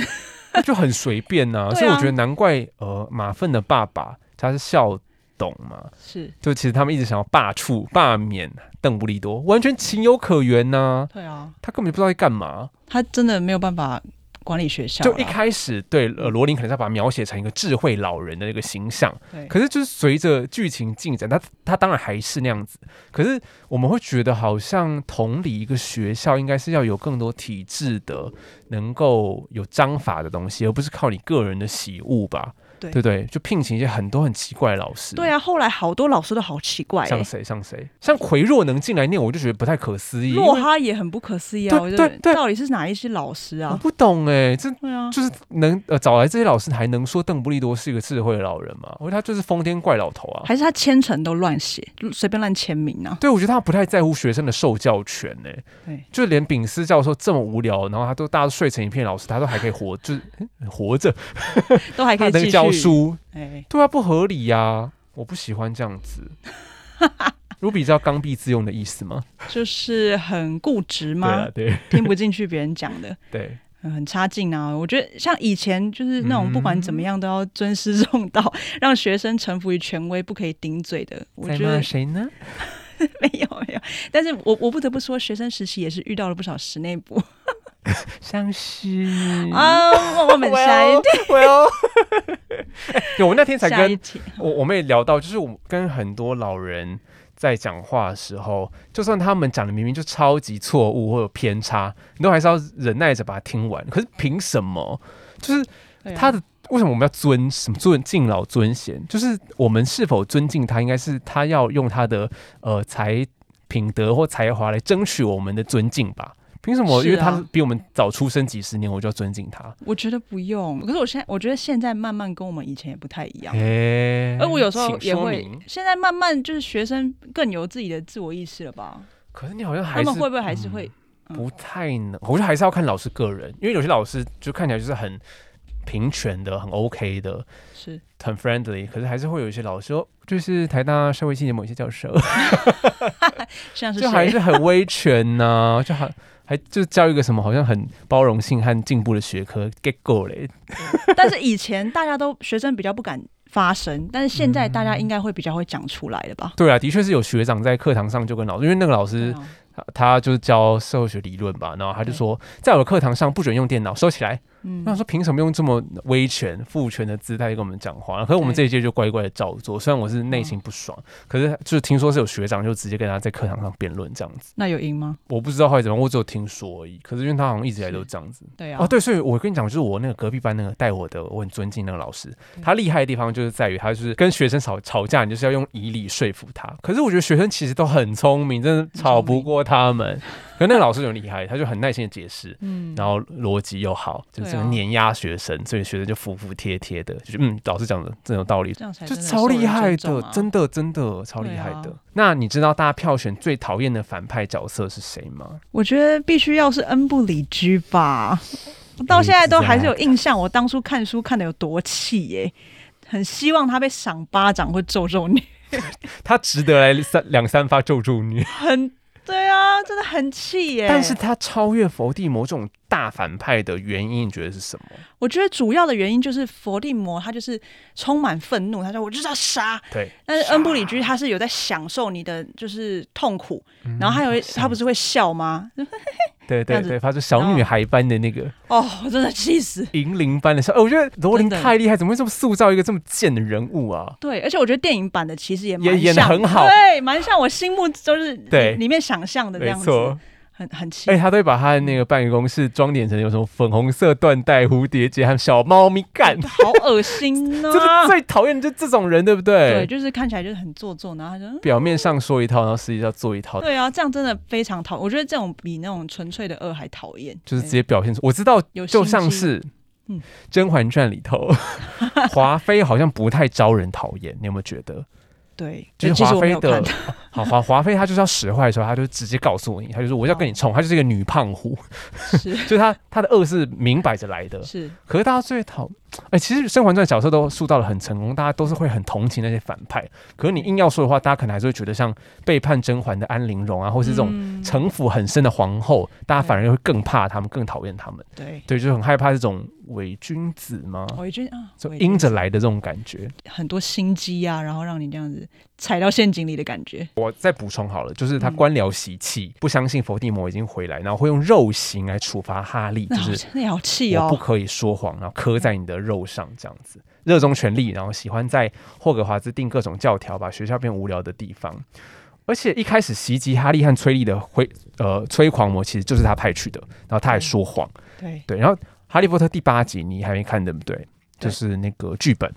[SPEAKER 1] 他就很随便呐、
[SPEAKER 2] 对啊
[SPEAKER 1] 所以我觉得难怪呃马粪的爸爸他是校董嘛，
[SPEAKER 2] 是，
[SPEAKER 1] 就其实他们一直想要罢黜、罢免邓布利多，完全情有可原呐、
[SPEAKER 2] 对啊，
[SPEAKER 1] 他根本就不知道在干嘛。
[SPEAKER 2] 他真的没有办法管理学校啦，
[SPEAKER 1] 就一开始
[SPEAKER 2] 嗯
[SPEAKER 1] 对呃罗琳可能是要把他描写成一个智慧老人的那个形象，
[SPEAKER 2] 对。
[SPEAKER 1] 可是就是随着剧情进展，他他当然还是那样子。可是我们会觉得好像同理一个学校应该是要有更多体制的，能够有章法的东西，而不是靠你个人的喜恶吧？
[SPEAKER 2] 对
[SPEAKER 1] 对不对？就聘请一些很多很奇怪的老师。
[SPEAKER 2] 对啊，后来好多老师都好奇怪、欸，
[SPEAKER 1] 像谁像谁，像奎若能进来念，我就觉得不太可思议。因
[SPEAKER 2] 洛
[SPEAKER 1] 为
[SPEAKER 2] 哈也很不可思议啊！
[SPEAKER 1] 对
[SPEAKER 2] 我觉
[SPEAKER 1] 对
[SPEAKER 2] 得
[SPEAKER 1] 对
[SPEAKER 2] 到底是哪一些老师
[SPEAKER 1] 我
[SPEAKER 2] 啊？
[SPEAKER 1] 不懂哎、这
[SPEAKER 2] 对啊，
[SPEAKER 1] 就是能呃找来这些老师，还能说邓布利多是一个智慧的老人吗？我觉得他就是疯癫怪老头啊。
[SPEAKER 2] 还是他签程都乱写，随便乱签名啊？
[SPEAKER 1] 对，我觉得他不太在乎学生的受教权呢、
[SPEAKER 2] 对，
[SPEAKER 1] 就连丙斯教授这么无聊，然后他都大家都睡成一片，老师他都还可以活， 就是嗯活着，
[SPEAKER 2] 都还可
[SPEAKER 1] 他
[SPEAKER 2] 以继
[SPEAKER 1] 能
[SPEAKER 2] 续
[SPEAKER 1] 教。书，
[SPEAKER 2] 哎，
[SPEAKER 1] 对啊，不合理呀、我不喜欢这样 子。如比知道刚愎自用的意思吗？
[SPEAKER 2] 就是很固执
[SPEAKER 1] 对啊
[SPEAKER 2] 吗？，
[SPEAKER 1] 对
[SPEAKER 2] 听不进去别人讲 的，
[SPEAKER 1] 对，
[SPEAKER 2] 嗯很差劲啊！我觉得像以前就是那种
[SPEAKER 1] 嗯
[SPEAKER 2] 不管怎么样都要尊师重道，让学生臣服于权威，不可以顶嘴的。我
[SPEAKER 1] 在
[SPEAKER 2] 觉
[SPEAKER 1] 骂
[SPEAKER 2] 得
[SPEAKER 1] 谁呢？
[SPEAKER 2] 没有没有，但是我我不得不说，学生时期也是遇到了不少室内部。
[SPEAKER 1] 相思
[SPEAKER 2] 啊，我 我们下一题，
[SPEAKER 1] 我要 有，我那天才
[SPEAKER 2] 下
[SPEAKER 1] 跟
[SPEAKER 2] 一题，
[SPEAKER 1] 我我们也聊到，就是我跟很多老人在讲话的时候，就算他们讲的明明就超级错误或者偏差，你都还是要忍耐着把它听完。可是凭什么？就是
[SPEAKER 2] 对啊
[SPEAKER 1] 他的、为什么我们要尊什么尊敬老尊贤？就是我们是否尊敬他，应该是他要用他的呃才品德或才华来争取我们的尊敬吧。凭什么？
[SPEAKER 2] 是啊
[SPEAKER 1] 因为他比我们早出生几十年，我就要尊敬他。
[SPEAKER 2] 我觉得不用。可是我现在我觉得现在慢慢跟我们以前也不太一样。
[SPEAKER 1] 哎
[SPEAKER 2] 呃而我有时候
[SPEAKER 1] 请
[SPEAKER 2] 也
[SPEAKER 1] 说
[SPEAKER 2] 会
[SPEAKER 1] 明，
[SPEAKER 2] 现在慢慢就是学生更有自己的自我意识了吧？
[SPEAKER 1] 可是你好像还
[SPEAKER 2] 他
[SPEAKER 1] 是
[SPEAKER 2] 们会不会还是会？嗯
[SPEAKER 1] 不太能，我觉得还是要看老师个人，因为有些老师就看起来就是很平权的、很 OK 的、
[SPEAKER 2] 是
[SPEAKER 1] 很 friendly，可是还是会有一些老师，哦就是台大社会系的某些教 授，
[SPEAKER 2] 像是
[SPEAKER 1] 就还
[SPEAKER 2] 谁？
[SPEAKER 1] 是很威权呐、就还还就教一个什么好像很包容性和进步的学科，get go 嘞，
[SPEAKER 2] 但是以前大家都学生比较不敢发声，但是现在大家应该会比较会讲出来了吧？
[SPEAKER 1] 对啊，的确是有学长在课堂上就跟老师，因为那个老师
[SPEAKER 2] 对啊
[SPEAKER 1] 他他就是教社会学理论吧，然后他就
[SPEAKER 2] 对
[SPEAKER 1] 说，在我的课堂上不准用电脑，收起来。那
[SPEAKER 2] 嗯，
[SPEAKER 1] 说凭什么用这么威权、父权的姿态跟我们讲话？可是我们这
[SPEAKER 2] 对
[SPEAKER 1] 一届就乖乖的照做。虽然我是内心不爽，可是就是听说是有学长就直接跟他在课堂上辩论这样子，
[SPEAKER 2] 那有赢吗？
[SPEAKER 1] 我不知道后来怎么样，我只有听说而已。可是因为他好像一直以来都这样子。
[SPEAKER 2] 对啊，
[SPEAKER 1] 哦，对，所以我跟你讲，就是我那个隔壁班那个带我的，我很尊敬那个老师，
[SPEAKER 2] 对
[SPEAKER 1] 他厉害的地方就是在于他就是跟学生吵吵架，你就是要用以理说服他。可是我觉得学生其实都很聪明，真的吵不过他们。可是那个老师很厉害，他就很耐心的解释，
[SPEAKER 2] 嗯，
[SPEAKER 1] 然后逻辑又好，就是这
[SPEAKER 2] 对啊
[SPEAKER 1] 个碾压学生，所以学生就服服帖帖的，就是嗯，老师讲的真有道理，
[SPEAKER 2] 这样才
[SPEAKER 1] 就
[SPEAKER 2] 哎真的
[SPEAKER 1] 超
[SPEAKER 2] 受人
[SPEAKER 1] 厉害
[SPEAKER 2] 尊
[SPEAKER 1] 的
[SPEAKER 2] 重，啊
[SPEAKER 1] 真的真的超厉害
[SPEAKER 2] 对
[SPEAKER 1] 的
[SPEAKER 2] 啊。
[SPEAKER 1] 那你知道大家票选最讨厌的反派角色是谁吗？
[SPEAKER 2] 我觉得必须要是恩不理居吧，我到现在都还是有印象，我当初看书看的有多气耶、很希望他被赏巴掌或揍揍你，
[SPEAKER 1] 他值得 来三两三发咒咒你，
[SPEAKER 2] 很对啊，真的很气耶、
[SPEAKER 1] 但是他超越伏地魔这种大反派的原因，你觉得是什么？
[SPEAKER 2] 我觉得主要的原因就是伏地魔他就是充满愤怒，他说我就是要杀，
[SPEAKER 1] 对，
[SPEAKER 2] 但是恩布里居他是有在享受你的就是痛苦，
[SPEAKER 1] 嗯
[SPEAKER 2] 然后还有他不
[SPEAKER 1] 是
[SPEAKER 2] 是会笑吗？
[SPEAKER 1] 对
[SPEAKER 2] 这
[SPEAKER 1] 对
[SPEAKER 2] 样子
[SPEAKER 1] 对，发出小女孩般的那个
[SPEAKER 2] 哦，我真的气死。
[SPEAKER 1] 银铃般的笑。哦我觉得罗琳
[SPEAKER 2] 真的
[SPEAKER 1] 太厉害，怎么会这么塑造一个这么贱的人物啊？
[SPEAKER 2] 对，而且我觉得电影版的其实也
[SPEAKER 1] 也
[SPEAKER 2] 蛮
[SPEAKER 1] 演得
[SPEAKER 2] 像
[SPEAKER 1] 很好
[SPEAKER 2] 对，蛮像我心目就是
[SPEAKER 1] 对
[SPEAKER 2] 里面想象的这
[SPEAKER 1] 没
[SPEAKER 2] 样子，
[SPEAKER 1] 错，
[SPEAKER 2] 很很气
[SPEAKER 1] 哎、。他都会把他的那
[SPEAKER 2] 嗯
[SPEAKER 1] 个办公室装点成有什么粉红色缎带、蝴蝶结和小猫咪 干，
[SPEAKER 2] 好恶 心
[SPEAKER 1] 这哎个
[SPEAKER 2] 啊！
[SPEAKER 1] 最讨厌就这种人，对不对？
[SPEAKER 2] 对，就是看起来就是很做作，然后他就嗯
[SPEAKER 1] 表面上说一套，然后实际上做一套，
[SPEAKER 2] 对啊，这样真的非常讨，我觉得这种比那种纯粹的恶还讨厌，
[SPEAKER 1] 就是直
[SPEAKER 2] 对
[SPEAKER 1] 接表现出。我知道，
[SPEAKER 2] 有心
[SPEAKER 1] 就像
[SPEAKER 2] 机
[SPEAKER 1] 是
[SPEAKER 2] 嗯
[SPEAKER 1] 《甄嬛传》里 头，华妃好像不太招人讨厌，你有没有觉得？
[SPEAKER 2] 对，
[SPEAKER 1] 就
[SPEAKER 2] 呃
[SPEAKER 1] 是
[SPEAKER 2] 其实
[SPEAKER 1] 华
[SPEAKER 2] 我没
[SPEAKER 1] 妃
[SPEAKER 2] 有
[SPEAKER 1] 的
[SPEAKER 2] 看到，
[SPEAKER 1] 好华华妃，她就是要使坏的时候，她就直接告诉你，她就说我要跟你冲，她就是一个女胖虎，
[SPEAKER 2] 是
[SPEAKER 1] 就是她她的恶是明摆着来的，
[SPEAKER 2] 是
[SPEAKER 1] 可是大家最讨，哎、其实《甄嬛传》角色都塑造的很成功，大家都是会很同情那些反派。可是你硬要说的话，大家可能还是会觉得像背叛甄嬛的安陵容啊，或是这种
[SPEAKER 2] 嗯
[SPEAKER 1] 城府很深的皇后，大家反而会更怕他们，更讨厌他们。
[SPEAKER 2] 对。
[SPEAKER 1] 对，就很害怕这种伪君子吗？
[SPEAKER 2] 我觉得啊，
[SPEAKER 1] 就
[SPEAKER 2] 我也觉得
[SPEAKER 1] 阴着来的这种感觉。
[SPEAKER 2] 很多心机啊，然后让你这样子踩到陷阱里的感觉。
[SPEAKER 1] 我再补充好了，就是他
[SPEAKER 2] 嗯
[SPEAKER 1] 官僚习气，不相信伏地魔已经回来，然后会用肉刑来处罚哈利，就
[SPEAKER 2] 那好
[SPEAKER 1] 是
[SPEAKER 2] 那也好气
[SPEAKER 1] 我不
[SPEAKER 2] 哦，
[SPEAKER 1] 可以说谎，然后刻在你的肉上，这样子。热衷权力，然后喜欢在霍格华兹定各种教条，把学校变无聊的地方。而且一开始袭击哈利和崔利的灰呃催狂魔，其实就是他派去的，然后他
[SPEAKER 2] 嗯
[SPEAKER 1] 还说谎。
[SPEAKER 2] 对，
[SPEAKER 1] 对，然后《哈利波特》第八集你还没看对不对？
[SPEAKER 2] 对
[SPEAKER 1] 就是那个剧本。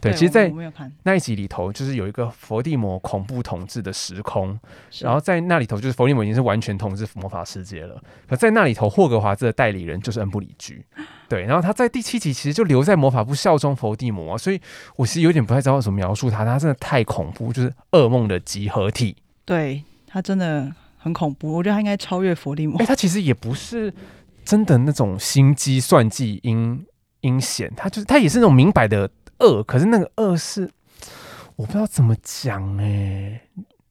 [SPEAKER 1] 对，其
[SPEAKER 2] 我
[SPEAKER 1] 实，在
[SPEAKER 2] 我没有看，
[SPEAKER 1] 那一集里头，就是有一个伏地魔恐怖统治的时空，
[SPEAKER 2] 是
[SPEAKER 1] 然后在那里头，就是伏地魔已经是完全统治魔法世界了。可在那里头，霍格华兹的代理人就是恩布里居，对。然后他在第七集其实就留在魔法部效忠伏地魔、啊，所以我其实有点不太知道怎么描述他，他真的太恐怖，就是噩梦的集合体。
[SPEAKER 2] 对他真的很恐怖，我觉得他应该超越伏地魔
[SPEAKER 1] 哎、。他其实也不是真的那种心机算计阴阴险，他就是他也是那种明摆的恶，可是那个恶是我不知道怎么讲哎、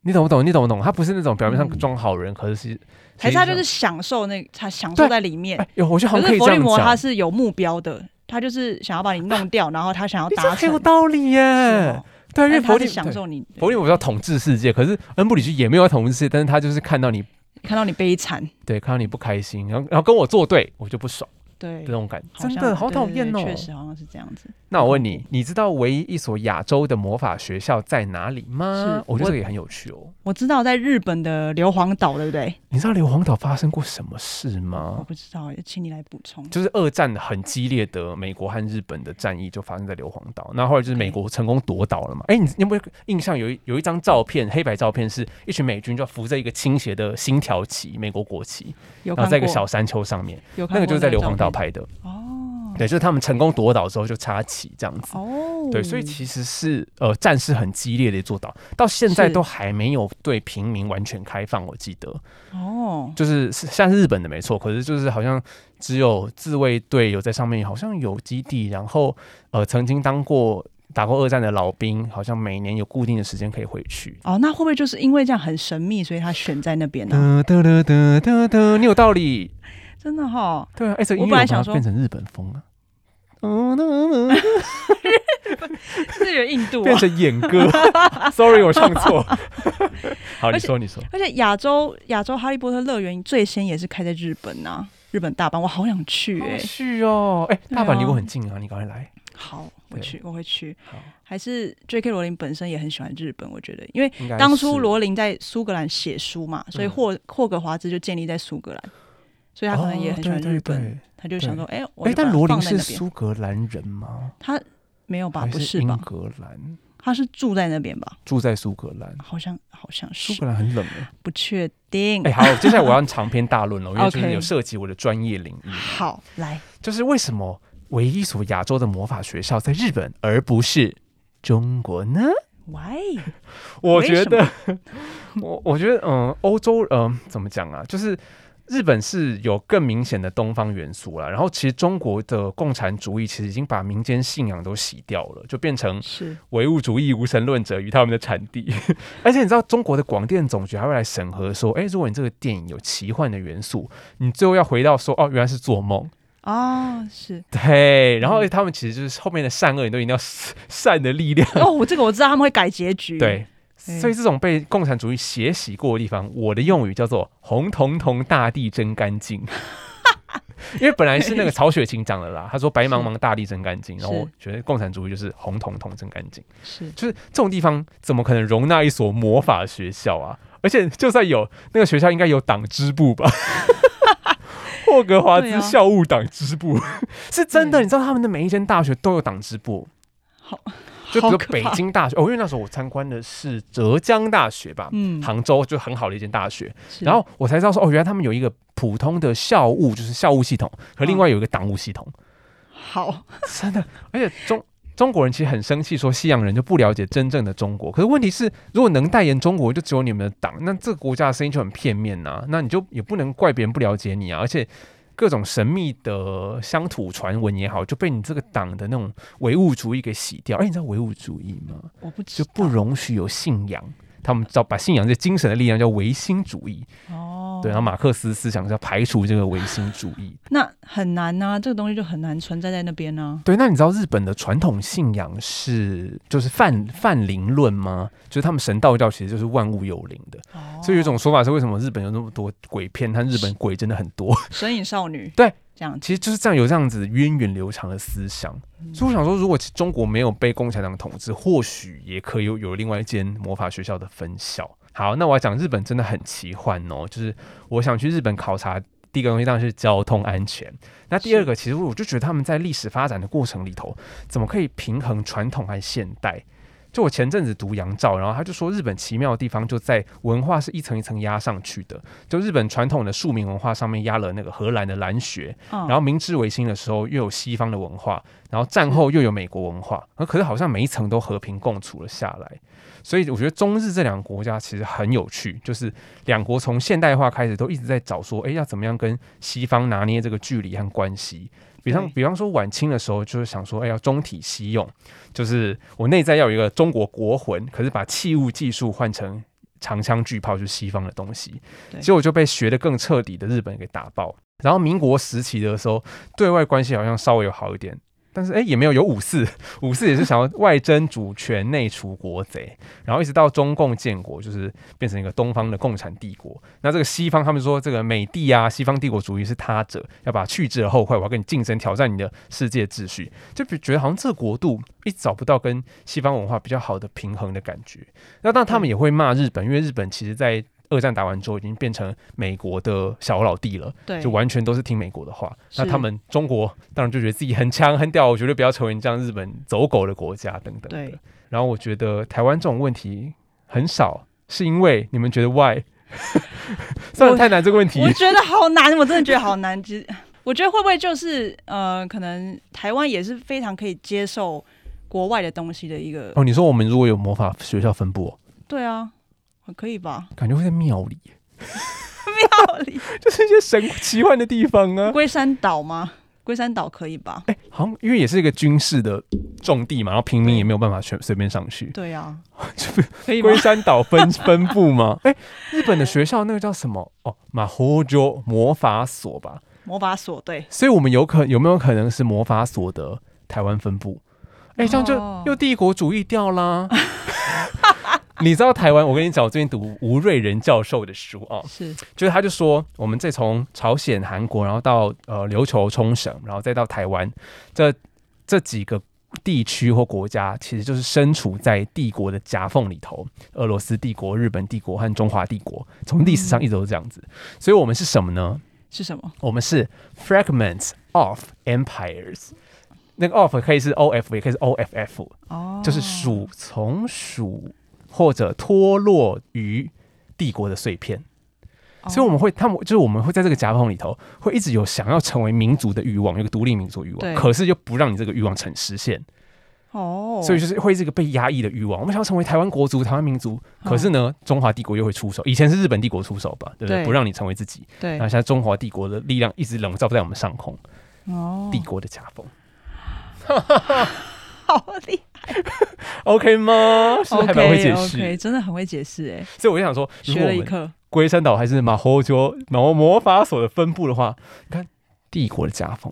[SPEAKER 1] 你懂不懂？你懂不懂？他不是那种表面上
[SPEAKER 2] 嗯
[SPEAKER 1] 装好人，可是是
[SPEAKER 2] 还是他就是
[SPEAKER 1] 实际
[SPEAKER 2] 享受那他享受在里面
[SPEAKER 1] 上。哎，有我觉得好像
[SPEAKER 2] 可是
[SPEAKER 1] 以
[SPEAKER 2] 伏
[SPEAKER 1] 这
[SPEAKER 2] 地
[SPEAKER 1] 样
[SPEAKER 2] 魔他
[SPEAKER 1] 讲，
[SPEAKER 2] 是有目标的，他就是想要把你弄掉，然后他想要
[SPEAKER 1] 你这
[SPEAKER 2] 达
[SPEAKER 1] 很
[SPEAKER 2] 成
[SPEAKER 1] 有。道理耶、
[SPEAKER 2] 是哦
[SPEAKER 1] 对，因为哎
[SPEAKER 2] 但
[SPEAKER 1] 佛
[SPEAKER 2] 他
[SPEAKER 1] 地
[SPEAKER 2] 是享受你，
[SPEAKER 1] 佛地魔要统治世界，可是恩布里奇也没有要统治世界，但是他就是看到你
[SPEAKER 2] 看到你悲惨，
[SPEAKER 1] 对，看到你不开心，然后然后跟我作对，我就不爽，
[SPEAKER 2] 对
[SPEAKER 1] 这，种感觉，
[SPEAKER 2] 像
[SPEAKER 1] 真的好
[SPEAKER 2] 对
[SPEAKER 1] 讨
[SPEAKER 2] 对
[SPEAKER 1] 厌
[SPEAKER 2] 对
[SPEAKER 1] 哦。
[SPEAKER 2] 确实好像是这样子。
[SPEAKER 1] 那我问你，你知道唯一一所亚洲的魔法学校在哪里吗
[SPEAKER 2] 是？
[SPEAKER 1] 我觉得
[SPEAKER 2] 我
[SPEAKER 1] 这个也很有趣哦。
[SPEAKER 2] 我知道在日本的硫磺岛，对不对？
[SPEAKER 1] 你知道硫磺岛发生过什么事
[SPEAKER 2] 我
[SPEAKER 1] 吗？
[SPEAKER 2] 不知道，请你来补充。
[SPEAKER 1] 啊就是二战很激烈的美国和日本的战役就发生在硫磺岛，那后来就是美国成功夺岛了嘛？哎、你你有没有印象有一有一张照片，黑白照片是一群美军就扶着一个倾斜的星条旗，美国国旗，
[SPEAKER 2] 有
[SPEAKER 1] 然后
[SPEAKER 2] 看
[SPEAKER 1] 在一啊个
[SPEAKER 2] 过
[SPEAKER 1] 小山丘上面，
[SPEAKER 2] 有看
[SPEAKER 1] 那个
[SPEAKER 2] 过
[SPEAKER 1] 就是在
[SPEAKER 2] 那
[SPEAKER 1] 硫
[SPEAKER 2] 个
[SPEAKER 1] 磺
[SPEAKER 2] 照
[SPEAKER 1] 岛
[SPEAKER 2] 片
[SPEAKER 1] 拍的。
[SPEAKER 2] 哦
[SPEAKER 1] 对，就是他们成功夺岛之后就插旗这样子。
[SPEAKER 2] 哦，
[SPEAKER 1] 对，所以其实是呃战事很激烈的一座岛，到现在
[SPEAKER 2] 是
[SPEAKER 1] 都还没有对平民完全开放。我记得
[SPEAKER 2] 哦，
[SPEAKER 1] 就是是像是日本的没错，可是就是好像只有自卫队有在上面，好像有基地，然后呃曾经当过打过二战的老兵，好像每年有固定的时间可以回去。
[SPEAKER 2] 哦，那会不会就是因为这样很神秘，所以他选在那边呢、啊
[SPEAKER 1] 哒哒哒哒哒哒，你有道理。
[SPEAKER 2] 真的哈、
[SPEAKER 1] 对啊，哎、这个
[SPEAKER 2] 我
[SPEAKER 1] 音
[SPEAKER 2] 本
[SPEAKER 1] 乐
[SPEAKER 2] 来
[SPEAKER 1] 有把它
[SPEAKER 2] 想说
[SPEAKER 1] 变成日本风啊。嗯嗯嗯
[SPEAKER 2] 是有印度、
[SPEAKER 1] 变
[SPEAKER 2] 啊，
[SPEAKER 1] 成演歌，sorry，我唱错。好，你说，你说。
[SPEAKER 2] 而且亚洲亚洲哈利波特乐园最先也是开在日本呐、日本大阪，我好想去
[SPEAKER 1] 好
[SPEAKER 2] 哎、
[SPEAKER 1] 去哦，哎、
[SPEAKER 2] 对
[SPEAKER 1] 大阪离
[SPEAKER 2] 啊
[SPEAKER 1] 我很近啊，你赶快来。
[SPEAKER 2] 好，我
[SPEAKER 1] 对
[SPEAKER 2] 去，我会去
[SPEAKER 1] 好。
[SPEAKER 2] 还是 J.K. 罗琳本身也很喜欢日本，我觉得，因为
[SPEAKER 1] 应该
[SPEAKER 2] 当初
[SPEAKER 1] 是
[SPEAKER 2] 罗琳在苏格兰写书嘛，所以
[SPEAKER 1] 嗯
[SPEAKER 2] 霍霍格华兹就建立在苏格兰，所以他可能也很喜欢
[SPEAKER 1] 哦对
[SPEAKER 2] 日本，
[SPEAKER 1] 对对
[SPEAKER 2] 他就想说，哎、我
[SPEAKER 1] 哎、
[SPEAKER 2] 就把
[SPEAKER 1] 但
[SPEAKER 2] 它
[SPEAKER 1] 罗琳
[SPEAKER 2] 放在
[SPEAKER 1] 是
[SPEAKER 2] 那边
[SPEAKER 1] 苏格兰人吗？
[SPEAKER 2] 他没有吧？
[SPEAKER 1] 还
[SPEAKER 2] 不
[SPEAKER 1] 是
[SPEAKER 2] 吧
[SPEAKER 1] 英？格兰
[SPEAKER 2] 他是住在那边吧？
[SPEAKER 1] 住在苏格兰，
[SPEAKER 2] 好像好像
[SPEAKER 1] 苏
[SPEAKER 2] 是
[SPEAKER 1] 格兰很冷 哎、
[SPEAKER 2] 不确定。
[SPEAKER 1] 哎、好，接下来我要长篇大 论了，因为就是
[SPEAKER 2] OK
[SPEAKER 1] 有涉及我的专业领域，
[SPEAKER 2] 嗯好，来
[SPEAKER 1] 就是为什么唯一所亚洲的魔法学校在日本，而不是中国呢？
[SPEAKER 2] ，Why？
[SPEAKER 1] 我
[SPEAKER 2] 为
[SPEAKER 1] 觉
[SPEAKER 2] 什
[SPEAKER 1] 得，我我觉得，嗯、欧洲，嗯、怎么讲啊？就是日本是有更明显的东方元素啦。然后，其实中国的共产主义其实已经把民间信仰都洗掉了，就变成
[SPEAKER 2] 是
[SPEAKER 1] 唯物主义无神论者与他们的产地。 而且你知道，中国的广电总局还会来审核说，诶，如果你这个电影有奇幻的元素，你最后要回到说，哦，原来是做梦。
[SPEAKER 2] 哦， 是
[SPEAKER 1] 对，然后他们其实就是后面的善恶，你都一定要善的力量。
[SPEAKER 2] 哦，我这个我知道他们会改结局。，
[SPEAKER 1] 对，
[SPEAKER 2] 嗯
[SPEAKER 1] 所以这种被共产主义血洗过的地方，我的用语叫做“红彤彤大地真干净”， 因为本来是那个曹雪芹讲的啦，他说“白茫茫大地真干净”，然后
[SPEAKER 2] 是
[SPEAKER 1] 我觉得共产主义就是“红彤彤真干净
[SPEAKER 2] 是”，
[SPEAKER 1] 就是这种地方怎么可能容纳一所魔法学校啊？而且就算有那个学校，应该有党支部吧？ 霍格华
[SPEAKER 2] 对
[SPEAKER 1] 兹
[SPEAKER 2] 啊
[SPEAKER 1] 校务党支部、 嗯是真的，
[SPEAKER 2] 对
[SPEAKER 1] 你知道他们的每一间大学都有党支部，
[SPEAKER 2] 好，
[SPEAKER 1] 就比
[SPEAKER 2] 好
[SPEAKER 1] 如
[SPEAKER 2] 可
[SPEAKER 1] 北
[SPEAKER 2] 怕。
[SPEAKER 1] 京大学，哦，因为那时候我参观的是浙江大学吧，
[SPEAKER 2] 嗯，
[SPEAKER 1] 杭州就很好的一间大学，
[SPEAKER 2] 是
[SPEAKER 1] 然后我才知道说，哦，原来他们有一个普通的校务，就是校务系统，和另外有一个党务系统，
[SPEAKER 2] 好，
[SPEAKER 1] 真的，而且中。中国人其实很生气，说西洋人就不了解真正的中国。可是问题是，如果能代言中国，就只有你们的党，那这个国家的声音就很片面呐、那你就也不能怪别人不了解你啊。而且各种神秘的乡土传闻也好，就被你这个党的那种唯物主义给洗掉。哎，你知道唯物主义吗？
[SPEAKER 2] 我不知
[SPEAKER 1] 就不容许有信仰。他们叫把信仰这精神的力量叫唯心主义，
[SPEAKER 2] 哦，
[SPEAKER 1] 对，然后马克思思想是要排除这个唯心主义。
[SPEAKER 2] 那很难呐，这个东西就很难存在在那边啊呢。
[SPEAKER 1] 对，那你知道日本的传统信仰是就是泛泛灵论吗？就是他们神道教其实就是万物有灵的，
[SPEAKER 2] 哦，
[SPEAKER 1] 所以有一种说法是为什么日本有那么多鬼片，但日本鬼真的很多，
[SPEAKER 2] 神隐少女，
[SPEAKER 1] 对，
[SPEAKER 2] 这样子
[SPEAKER 1] 其实就是这样有这样子源远流长的思想。所以我想说，如果中国没有被共产党统治，或许也可以有有另外一间魔法学校的分校。好，那我要讲日本真的很奇幻哦，就是我想去日本考察。第一个东西当然是交通安全，那第
[SPEAKER 2] 是
[SPEAKER 1] 二个其实我就觉得他们在历史发展的过程里头，怎么可以平衡传统和现代？就我前阵子读杨照，然后他就说日本奇妙的地方就在文化是一层一层压上去的，就日本传统的庶民文化上面压了那个荷兰的蓝学，
[SPEAKER 2] 嗯，
[SPEAKER 1] 然后明治维新的时候又有西方的文化，然后战后又有美国文化，呃可是好像每一层都和平共处了下来。所以我觉得中日这两个国家其实很有趣，就是两国从现代化开始都一直在找说，哎，要怎么样跟西方拿捏这个距离和关系。比方
[SPEAKER 2] 对
[SPEAKER 1] 比方说晚清的时候，就是想说，哎，要中体西用，就是我内在要有一个中国国魂，可是把器物技术换成长枪巨炮，就是西方的东西。
[SPEAKER 2] 对
[SPEAKER 1] 结果就被学得更彻底的日本给打爆。然后民国时期的时候，对外关系好像稍微有好一点，但是哎、也没有有五四，五四也是想要外争主权，内除国贼，然后一直到中共建国，就是变成一个东方的共产帝国。那这个西方他们说这个美帝啊，西方帝国主义是他者，要把它去之而后快，我要跟你竞争，挑战你的世界秩序，就比觉得好像这个国度一直找不到跟西方文化比较好的平衡的感觉。那当然他们也会骂日本，因为日本其实在二战打完之后已经变成美国的小老弟了。
[SPEAKER 2] 对，
[SPEAKER 1] 就完全都是听美国的话。
[SPEAKER 2] 是
[SPEAKER 1] 那他们中国当然就觉得自己很强很屌，我绝对不要成为这样日本走狗的国家等等的
[SPEAKER 2] 对。
[SPEAKER 1] 然后我觉得台湾这种问题很少，是因为你们 觉得 why？算了，太难这个问题
[SPEAKER 2] 我觉得好难，我真的觉得好难。其实我觉得会不会就是呃，可能台湾也是非常可以接受国外的东西的一个，
[SPEAKER 1] 哦。你说我们如果有魔法学校分布、哦，
[SPEAKER 2] 对啊，可以吧？
[SPEAKER 1] 感觉会在庙里，
[SPEAKER 2] 道理。
[SPEAKER 1] 就是一些神奇幻的地方啊。
[SPEAKER 2] 龟山岛吗？龟山岛可以吧？
[SPEAKER 1] 哎、好像因为也是一个军事的重地嘛，然后平民也没有办法随随便上去，
[SPEAKER 2] 对啊，
[SPEAKER 1] 就是
[SPEAKER 2] 可以吗
[SPEAKER 1] 龟？山岛 分分部吗？哎、日本的学校那个叫什么？哦，马虎鸠魔法所吧。
[SPEAKER 2] 魔法所对，
[SPEAKER 1] 所以我们有可有没有可能是魔法所的台湾分部？哎、这样就
[SPEAKER 2] 哦
[SPEAKER 1] 又帝国主义掉啦。 你知道台湾？我跟你讲，我最近读吴瑞仁教授的书哦，
[SPEAKER 2] 是
[SPEAKER 1] 就是他就说，我们再从朝鲜、韩国，然后到呃琉球、冲绳，然后再到台湾，这这几个地区或国家，其实就是身处在帝国的夹缝里头，俄罗斯帝国、日本帝国和中华帝国，从历史上一直都是这样子。所以我们是什么呢？
[SPEAKER 2] 是什么？
[SPEAKER 1] 我们是 fragments of empires。那个 of 可以是 O F，也可以是 O F F，
[SPEAKER 2] 哦，
[SPEAKER 1] 就是属从属或者脱落于帝国的碎片。
[SPEAKER 2] 哦，
[SPEAKER 1] 所以我们会，他们就是我们会在这个夹缝里头，会一直有想要成为民族的欲望，有个独立民族欲望，
[SPEAKER 2] 对
[SPEAKER 1] 可是又不让你这个欲望成实现，
[SPEAKER 2] 哦，
[SPEAKER 1] 所以就是会是一个被压抑的欲望。我们想要成为台湾国族、台湾民族，可是呢，中华帝国又会出手，以前是日本帝国出手吧，对不对？
[SPEAKER 2] 哦对
[SPEAKER 1] 不让你成为自己，
[SPEAKER 2] 对
[SPEAKER 1] 然后现在中华帝国的力量一直笼罩在我们上空，
[SPEAKER 2] 哦
[SPEAKER 1] 帝国的夹缝
[SPEAKER 2] 好厉
[SPEAKER 1] ，OK 吗？是不是还蛮会解
[SPEAKER 2] o
[SPEAKER 1] 释
[SPEAKER 2] k 真的很会解释哎，
[SPEAKER 1] 所以我就想说，如
[SPEAKER 2] 学
[SPEAKER 1] 果我
[SPEAKER 2] 了一
[SPEAKER 1] 们
[SPEAKER 2] 课，
[SPEAKER 1] 龟山岛还是马猴鸠魔魔法所的分布的话，你看帝国的家 风，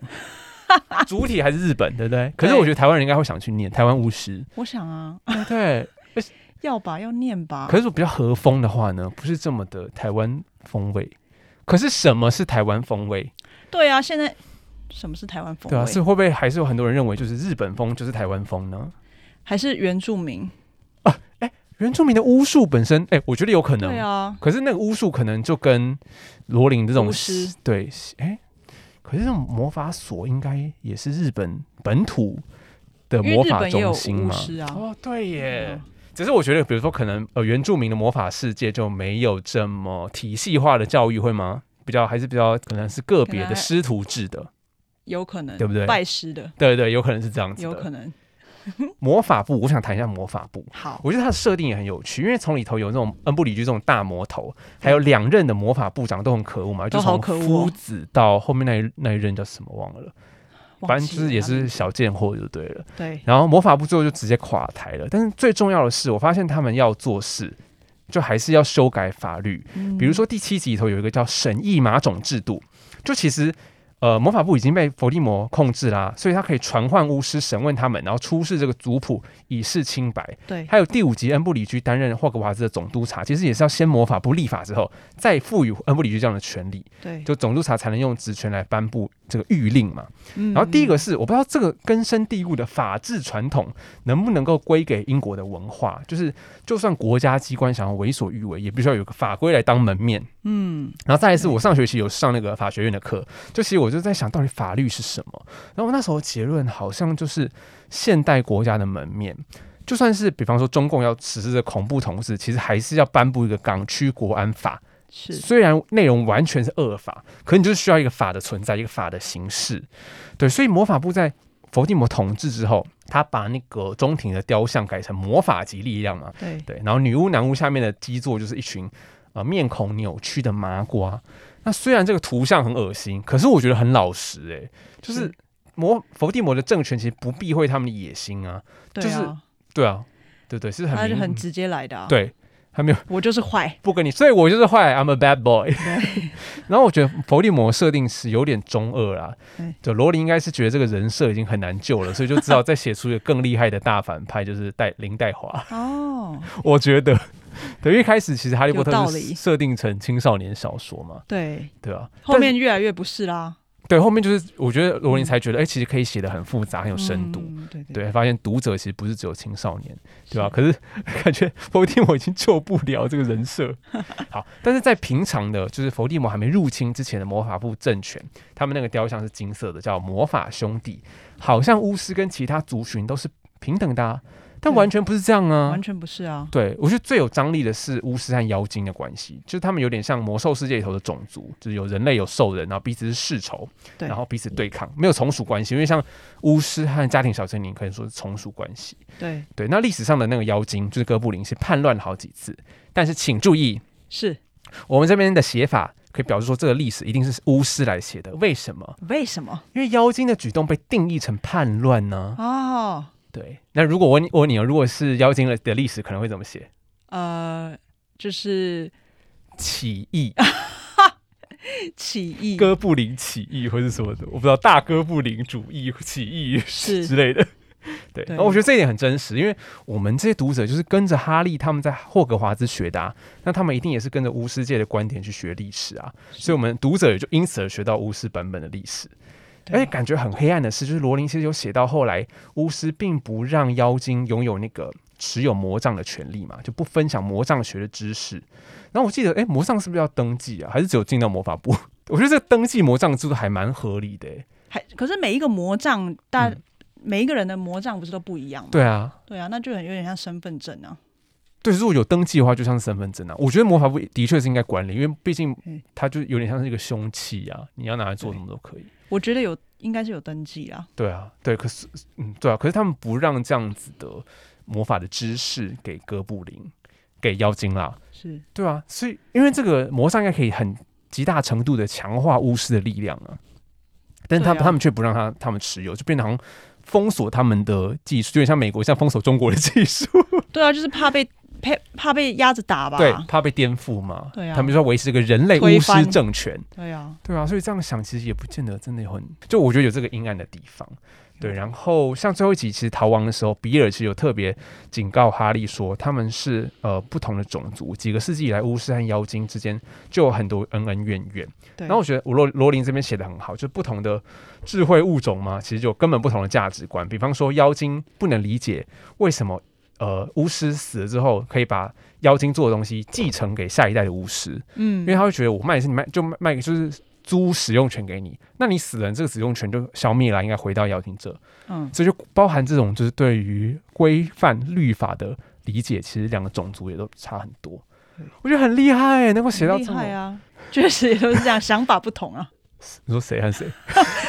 [SPEAKER 1] 主体还是日本，对不对？可是我觉得台湾人应该会想去念台湾巫师，
[SPEAKER 2] 我想啊，
[SPEAKER 1] 对对。
[SPEAKER 2] 要吧，要念吧，
[SPEAKER 1] 可是我比较和风的话呢，不是这么的台湾风味。可是什么是台湾风味？
[SPEAKER 2] 对啊，现在什么是台湾风
[SPEAKER 1] 对啊，
[SPEAKER 2] 味？
[SPEAKER 1] 是会不会还是有很多人认为就是日本风就是台湾风呢？
[SPEAKER 2] 还是原住民？
[SPEAKER 1] 原住民的巫术本身，哎、我觉得有可能。
[SPEAKER 2] 对啊，
[SPEAKER 1] 可是那个巫术可能就跟罗琳这种
[SPEAKER 2] 巫师
[SPEAKER 1] 对，哎、可是这种魔法所应该也是日本本土的
[SPEAKER 2] 因为
[SPEAKER 1] 呃魔
[SPEAKER 2] 日
[SPEAKER 1] 法
[SPEAKER 2] 本也有
[SPEAKER 1] 中心
[SPEAKER 2] 巫
[SPEAKER 1] 嘛？
[SPEAKER 2] 师啊，
[SPEAKER 1] 哦，对
[SPEAKER 2] 对
[SPEAKER 1] 耶
[SPEAKER 2] 啊。
[SPEAKER 1] 只是我觉得，比如说，可能呃，原住民的魔法世界就没有这么体系化的教育，会吗？比较还是比较可能是个别
[SPEAKER 2] 可
[SPEAKER 1] 的
[SPEAKER 2] 能
[SPEAKER 1] 师徒制的，
[SPEAKER 2] 有可能
[SPEAKER 1] 对不对
[SPEAKER 2] 拜师的，
[SPEAKER 1] 对对，有可能是这样子的。
[SPEAKER 2] 有可能。
[SPEAKER 1] 魔法部，我想谈一下魔法部。
[SPEAKER 2] 好，
[SPEAKER 1] 我觉得它的设定也很有趣，因为从里头有那种嗯恩布里居这种大魔头，还有两任的魔法部长都很可恶嘛，就
[SPEAKER 2] 嗯都好
[SPEAKER 1] 从
[SPEAKER 2] 可恶哦
[SPEAKER 1] 夫子到后面那一那一任叫什么忘了，
[SPEAKER 2] 忘
[SPEAKER 1] 反
[SPEAKER 2] 记
[SPEAKER 1] 正就是
[SPEAKER 2] 了
[SPEAKER 1] 也
[SPEAKER 2] 他
[SPEAKER 1] 是
[SPEAKER 2] 名字
[SPEAKER 1] 小贱货就对了。
[SPEAKER 2] 对，
[SPEAKER 1] 然后魔法部最后就直接垮台了，但是最重要的是，我发现他们要做事。就还是要修改法律，
[SPEAKER 2] 嗯
[SPEAKER 1] 比如说第七集里头有一个叫审议马种制度，就其实呃魔法部已经被伏地魔控制啦、所以他可以传唤巫师审问他们，然后出示这个族谱以示清白。
[SPEAKER 2] 嗯对，
[SPEAKER 1] 还有第五集恩布里居担任霍格华兹的总督察，其实也是要先魔法部立法之后，再赋予恩布里居这样的权利，
[SPEAKER 2] 对，
[SPEAKER 1] 就总督察才能用职权来颁布这个谕令嘛。
[SPEAKER 2] 然
[SPEAKER 1] 然后第一个是我不知道这个根深蒂固的法治传统能不能够归给英国的文化，就是就算国家机关想要为所欲为，也必须要有个法规来当门面。
[SPEAKER 2] 嗯，
[SPEAKER 1] 然后再来是我上学期有上那个法学院的课，就其实我就在想到底法律是什么。然后我那时候结论好像就是现代国家的门面，就算是比方说中共要实施的恐怖统治，其实还是要颁布一个港区国安法。
[SPEAKER 2] 是
[SPEAKER 1] 虽然内容完全是恶法，可你就是需要一个法的存在，一个法的形式。对，所以魔法部在伏地魔统治之后，他把那个中庭的雕像改成魔法及力量嘛，
[SPEAKER 2] 对，
[SPEAKER 1] 对，然后女巫、男巫下面的基座就是一群呃面孔扭曲的麻瓜。那虽然这个图像很恶心，可是我觉得很老实诶、就是
[SPEAKER 2] 是
[SPEAKER 1] 魔伏地魔的政权其实不避讳他们的野心啊，
[SPEAKER 2] 对
[SPEAKER 1] 就是
[SPEAKER 2] 啊，
[SPEAKER 1] 对啊，对对，是
[SPEAKER 2] 他
[SPEAKER 1] 很
[SPEAKER 2] 是
[SPEAKER 1] 明
[SPEAKER 2] 很直接来的啊，
[SPEAKER 1] 对。他没有
[SPEAKER 2] 我就是坏，
[SPEAKER 1] 不跟你，所以我就是坏，I'm a bad boy。然 后我觉得伏地魔设定是有点中二啦
[SPEAKER 2] 对，
[SPEAKER 1] 就罗琳应该是觉得这个人设已经很难救了，所以就只好再写出一个更厉害的大反派，就是戴林黛华。
[SPEAKER 2] 哦，
[SPEAKER 1] 我觉得，对，因为一开始其实哈利波
[SPEAKER 2] 有道
[SPEAKER 1] 特是
[SPEAKER 2] 理
[SPEAKER 1] 设定成青少年小说嘛，
[SPEAKER 2] 对，
[SPEAKER 1] 对啊，
[SPEAKER 2] 后面越来越不是啦，
[SPEAKER 1] 对后面就是我觉得罗琳才觉得，哎、其实可以写的很复杂，很有
[SPEAKER 2] 有
[SPEAKER 1] 深度。
[SPEAKER 2] 嗯对嗯对
[SPEAKER 1] 对，发现读者其实不是只有青少年，对吧、
[SPEAKER 2] 是
[SPEAKER 1] 可是 感觉伏地魔已经救不了这个人 设。好，但是在平常的，就是伏地魔还没入侵之前的魔法部政权，他们那个雕像是金色的，叫魔法兄弟，好像巫师跟其他族群都是平等的、啊，但
[SPEAKER 2] 对
[SPEAKER 1] 完全不是这样啊
[SPEAKER 2] 完。全不是啊，
[SPEAKER 1] 对，我觉得最有张力的是巫师和妖精的关系，就是他们有点像魔兽世界里头的种族，就是有人类有兽人，然后彼此是世仇，
[SPEAKER 2] 对
[SPEAKER 1] 然后彼此对抗，没有从属关系，因为像巫师和家庭小精灵可以说是从属关系。
[SPEAKER 2] 对，
[SPEAKER 1] 对，那历史上的那个妖精就是哥布林，是叛乱好几次，但是请注意，
[SPEAKER 2] 是
[SPEAKER 1] 我们这边的写法可以表示说这个历史一定是巫师来写的，为什么？
[SPEAKER 2] 为什么？
[SPEAKER 1] 因为妖精的举动被定义成叛乱呢、
[SPEAKER 2] 哦，
[SPEAKER 1] 对，那如果我问你我问你哦，如果是妖精的的历史，可能会怎么写？
[SPEAKER 2] 呃，就是
[SPEAKER 1] 起义。
[SPEAKER 2] 起义，
[SPEAKER 1] 哥布林起义或是什么的，我不知道大哥布林主义起义
[SPEAKER 2] 是
[SPEAKER 1] 之类的。 对，
[SPEAKER 2] 对
[SPEAKER 1] 然后我觉得这一点很真实，因为我们这些读者就是跟着哈利他们在霍格华兹学的、啊，那他们一定也是跟着巫师界的观点去学历史啊，所以我们读者也就因此而学到巫师版本的历史。
[SPEAKER 2] 对啊
[SPEAKER 1] 而且感觉很黑暗的是，就是罗琳其实有写到后来，巫师并不让妖精拥有那个持有魔杖的权利嘛，就不分享魔杖学的知识。然后我记得，哎，魔杖是不是要登记啊？还是只有进到魔法部？ 我觉得这个登记魔杖制度还蛮合理的、诶
[SPEAKER 2] 还可是每一个魔杖，大、
[SPEAKER 1] 嗯
[SPEAKER 2] 每一个人的魔杖不是都不一样吗？
[SPEAKER 1] 对啊，
[SPEAKER 2] 对啊，那就很有点像身份证啊。
[SPEAKER 1] 对，如果有登记的话，就像是身份证啊。我觉得魔法部的确是应该管理，因为毕竟
[SPEAKER 2] 嗯
[SPEAKER 1] 它就有点像是一个凶器啊，你要拿来做什么都可以。
[SPEAKER 2] 我觉得有应该是有登记啦，
[SPEAKER 1] 对啊，对，可是，嗯，对啊，可是他们不让这样子的魔法的知识给哥布林，给妖精啦。
[SPEAKER 2] 是
[SPEAKER 1] 对啊，所以因为这个魔杖应该可以很极大程度的强化巫师的力量啊，但是他们、
[SPEAKER 2] 对啊
[SPEAKER 1] 他们却不让他他们持有，就变得好像封锁他们的技术，就有点像美国像封锁中国的技术，
[SPEAKER 2] 对啊，就是怕被 怕怕被压着打吧？
[SPEAKER 1] 对，怕被颠覆嘛。
[SPEAKER 2] 对啊
[SPEAKER 1] 他们就要维持一个人类
[SPEAKER 2] 推
[SPEAKER 1] 巫师
[SPEAKER 2] 翻
[SPEAKER 1] 政权。
[SPEAKER 2] 对啊，
[SPEAKER 1] 对啊，所以这样想其实也不见得真的有很，嗯就我觉得有这个阴暗的地方。对，然后像最后一集，其实逃亡的时候，比尔其实有特别警告哈利说，他们是呃不同的种族，几个世纪以来巫师和妖精之间就有很多恩恩怨怨。
[SPEAKER 2] 对。
[SPEAKER 1] 然后我觉得罗罗琳这边写的很好，就不同的智慧物种嘛，其实就有根本不同的价值观。比方说妖精不能理解为什么呃巫师死了之后可以把妖精做的东西继承给下一代的巫师，
[SPEAKER 2] 嗯
[SPEAKER 1] 因为他会觉得我卖的是你卖就卖卖给就是租使用权给你，那你死人这个使用权就消灭了，应该回到妖精这，
[SPEAKER 2] 嗯
[SPEAKER 1] 所以就包含这种就是对于规范律法的理解，其实两个种族也都差很多
[SPEAKER 2] 对。
[SPEAKER 1] 我觉得很厉害、欸能够写到
[SPEAKER 2] 嗯很厉
[SPEAKER 1] 这么
[SPEAKER 2] 害啊，确实也都是这样，想法不同啊，
[SPEAKER 1] 你说谁和谁？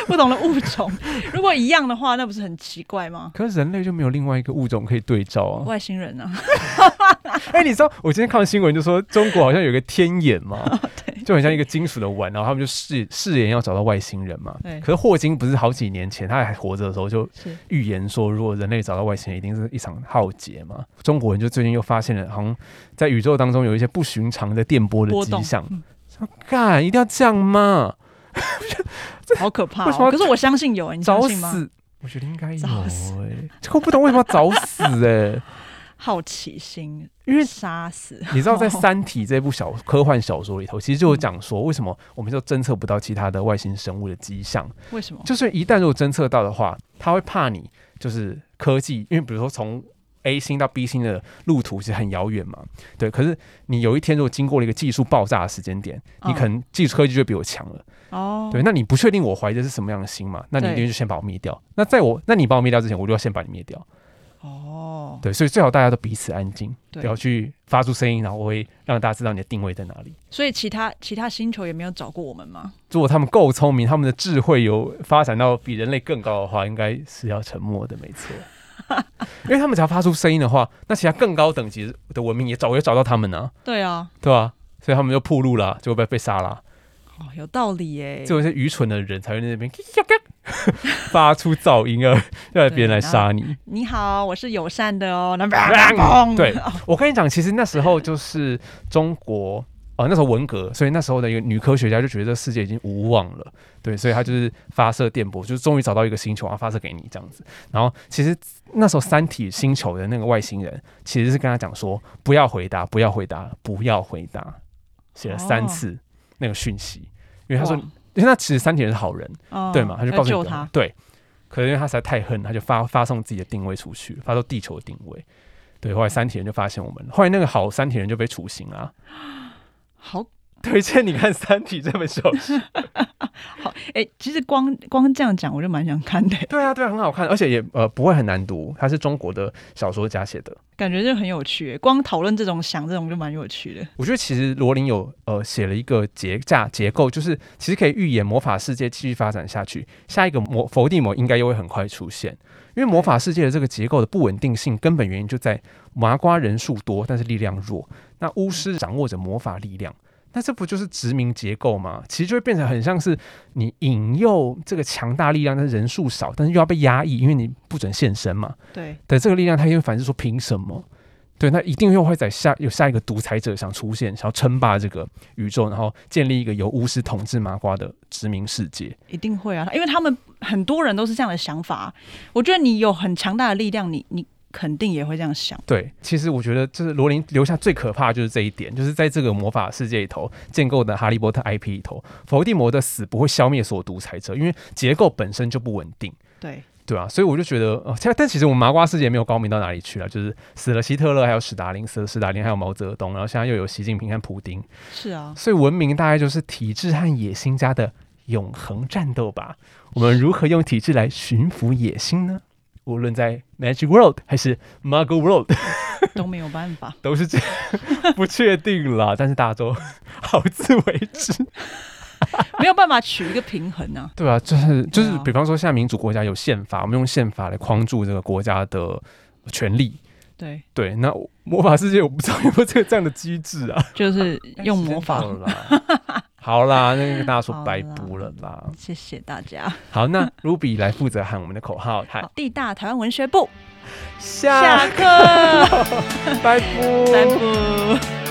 [SPEAKER 2] 不同的物种，如果一样的话，那不是很奇怪吗？
[SPEAKER 1] 可是人类就没有另外一个物种可以对照啊！
[SPEAKER 2] 外星人啊，
[SPEAKER 1] 哎、你知道我今天看到新闻就说中国好像有一个天眼 嘛，
[SPEAKER 2] 哦
[SPEAKER 1] 就很像一个金属的碗，然后他们就誓誓言要找到外星人嘛。
[SPEAKER 2] 对
[SPEAKER 1] 可是霍金不是好几年前他还活着的时候就是 预言说，如果人类找到外星人，一定是一场浩劫嘛。中国人就最近又发现了，好像在宇宙当中有一些不寻常的电波的
[SPEAKER 2] 波
[SPEAKER 1] 迹
[SPEAKER 2] 动嗯
[SPEAKER 1] 象。说干，一定要这样吗？
[SPEAKER 2] 好可怕、
[SPEAKER 1] 为什么
[SPEAKER 2] 哦！
[SPEAKER 1] 要
[SPEAKER 2] 可是我相信有、欸，你相
[SPEAKER 1] 找
[SPEAKER 2] 信吗？
[SPEAKER 1] 死？我觉得应该有
[SPEAKER 2] 找
[SPEAKER 1] 哎、
[SPEAKER 2] 死
[SPEAKER 1] 这个我不懂为什么要找死哎、
[SPEAKER 2] 好奇心，
[SPEAKER 1] 因为
[SPEAKER 2] 杀死，
[SPEAKER 1] 你知道，在
[SPEAKER 2] 哦
[SPEAKER 1] 《三体》这部小科幻小说里头，其实
[SPEAKER 2] 嗯
[SPEAKER 1] 就有讲说，为什么我们就侦测不到其他的外星生物的迹象？
[SPEAKER 2] 为什么？
[SPEAKER 1] 就是一旦如果侦测到的话，他会怕你就是科技，因为比如说从 A 星到 B 星的路途其实很遥远嘛，对。可是你有一天如果经过了一个技术爆炸的时间点，你
[SPEAKER 2] 嗯
[SPEAKER 1] 可能技术科技就会比我强了，
[SPEAKER 2] 哦，
[SPEAKER 1] 对。那你不确定我怀的是什么样的心嘛？那你一定
[SPEAKER 2] 对
[SPEAKER 1] 就先把我灭掉。那在我那你把我灭掉之前，我就要先把你灭掉。
[SPEAKER 2] 哦，
[SPEAKER 1] 对，所以最好大家都彼此安静，
[SPEAKER 2] 对
[SPEAKER 1] 不要去发出声音，然后我会让大家知道你的定位在哪里。
[SPEAKER 2] 所以其他其他星球也没有找过我们吗？
[SPEAKER 1] 如果他们够聪明，他们的智慧有发展到比人类更高的话，应该是要沉默的，没错。因为他们只要发出声音的话，那其他更高等级的文明也早就找到他们呢、
[SPEAKER 2] 对啊，
[SPEAKER 1] 对吧、所以他们就暴露了，就会被被杀了。
[SPEAKER 2] 哦，有道理耶、
[SPEAKER 1] 只有一些愚蠢的人才会在那边， 发出噪音啊，要别人来杀你。
[SPEAKER 2] 你好，我是友善的哦， 那砰
[SPEAKER 1] 对，我跟你讲，其实那时候就是中国啊、呃那时候文革，所以那时候的一个女科学家就觉得这世界已经无望了，对，所以她就是发射电波，就是终于找到一个星球，然后发射给你这样子。然后其实那时候三体星球的那个外星人其实是跟他讲说，不要回答，不要回答，不要回答，写了三
[SPEAKER 2] 哦
[SPEAKER 1] 次那个讯息，因为他说，
[SPEAKER 2] 哇
[SPEAKER 1] 因为那其实三体人是好人，
[SPEAKER 2] 哦
[SPEAKER 1] 对嘛，他就
[SPEAKER 2] 要
[SPEAKER 1] 告诉你
[SPEAKER 2] 救
[SPEAKER 1] 不要
[SPEAKER 2] 他，
[SPEAKER 1] 对，可是因为他实在太恨，他就发发送自己的定位出去，发送地球的定位。对，后来三体人就发现我们了，后来那个好三体人就被处刑啊 啦、
[SPEAKER 2] 好
[SPEAKER 1] 推荐你看《三体》这 本小说。
[SPEAKER 2] 哎、其实光光这样讲，我就蛮想看的，
[SPEAKER 1] 对啊，对啊，很好看，而且也呃不会很难读，它是中国的小说家写的。
[SPEAKER 2] 感觉就很有趣。光讨论这种想这种就蛮有趣的。
[SPEAKER 1] 我觉得其实罗琳有呃写了一个结架结构，就是其实可以预言魔法世界继续发展下去，下一个魔伏地魔应该又会很快出现，因为魔法世界的这个结构的不稳定性根本原因就在麻瓜人数多，但是力量弱，那巫师掌握着魔法力量。那这不就是殖民结构吗？其实就会变成很像是你引诱这个强大力量，但是人数少，但是又要被压抑，因为你不准现身嘛。
[SPEAKER 2] 对，
[SPEAKER 1] 的这个力量，他又反思说凭什么？对，那一定又会在下有下一个独裁者想出现，想要称霸这个宇宙，然后建立一个由巫师统治麻瓜的殖民世界。
[SPEAKER 2] 一定会啊，因为他们很多人都是这样的想法。啊我觉得你有很强大的力量，你你肯定也会这样想。
[SPEAKER 1] 对，其实我觉得就是罗琳留下最可怕的就是这一点，就是在这个魔法世界里头建构的哈利波特 IP 里头，伏地魔的死不会消灭所有独裁者，因为结构本身就不稳定。
[SPEAKER 2] 对，
[SPEAKER 1] 对啊，所以我就觉得，呃，其但其实我们麻瓜世界没有高明到哪里去了，就是死了希特勒，还有史达林，死了史达林，还有毛泽东，然后现在又有习近平和普丁，
[SPEAKER 2] 是 啊，
[SPEAKER 1] 所以文明大概就是体制和野心家的永恒战斗吧。我们如何用体制来驯服野心呢？无论在 Magic World 还是 Muggle World，
[SPEAKER 2] 都没有办法。
[SPEAKER 1] 都是这 不确定啦。但是大家都好自为之，
[SPEAKER 2] 没有办法取一个平衡啊。
[SPEAKER 1] 对啊，就是就是
[SPEAKER 2] 对啊，
[SPEAKER 1] 比方说，现在民主国家有宪法，我们用宪法来框住这个国家的权利。
[SPEAKER 2] 对，
[SPEAKER 1] 对，那魔法世界我不知道有没有这个这样的机制啊，
[SPEAKER 2] 就是用魔法
[SPEAKER 1] 好。啦， 好啦，那个跟大家说
[SPEAKER 2] 好啦
[SPEAKER 1] 拜不了啦。
[SPEAKER 2] 谢谢大家。
[SPEAKER 1] 好，那 Ruby 来负责喊我们的口号，喊
[SPEAKER 2] 好，地大台湾文学部
[SPEAKER 1] 下
[SPEAKER 2] 下课，
[SPEAKER 1] 拜
[SPEAKER 2] 散
[SPEAKER 1] 拜。
[SPEAKER 2] 步。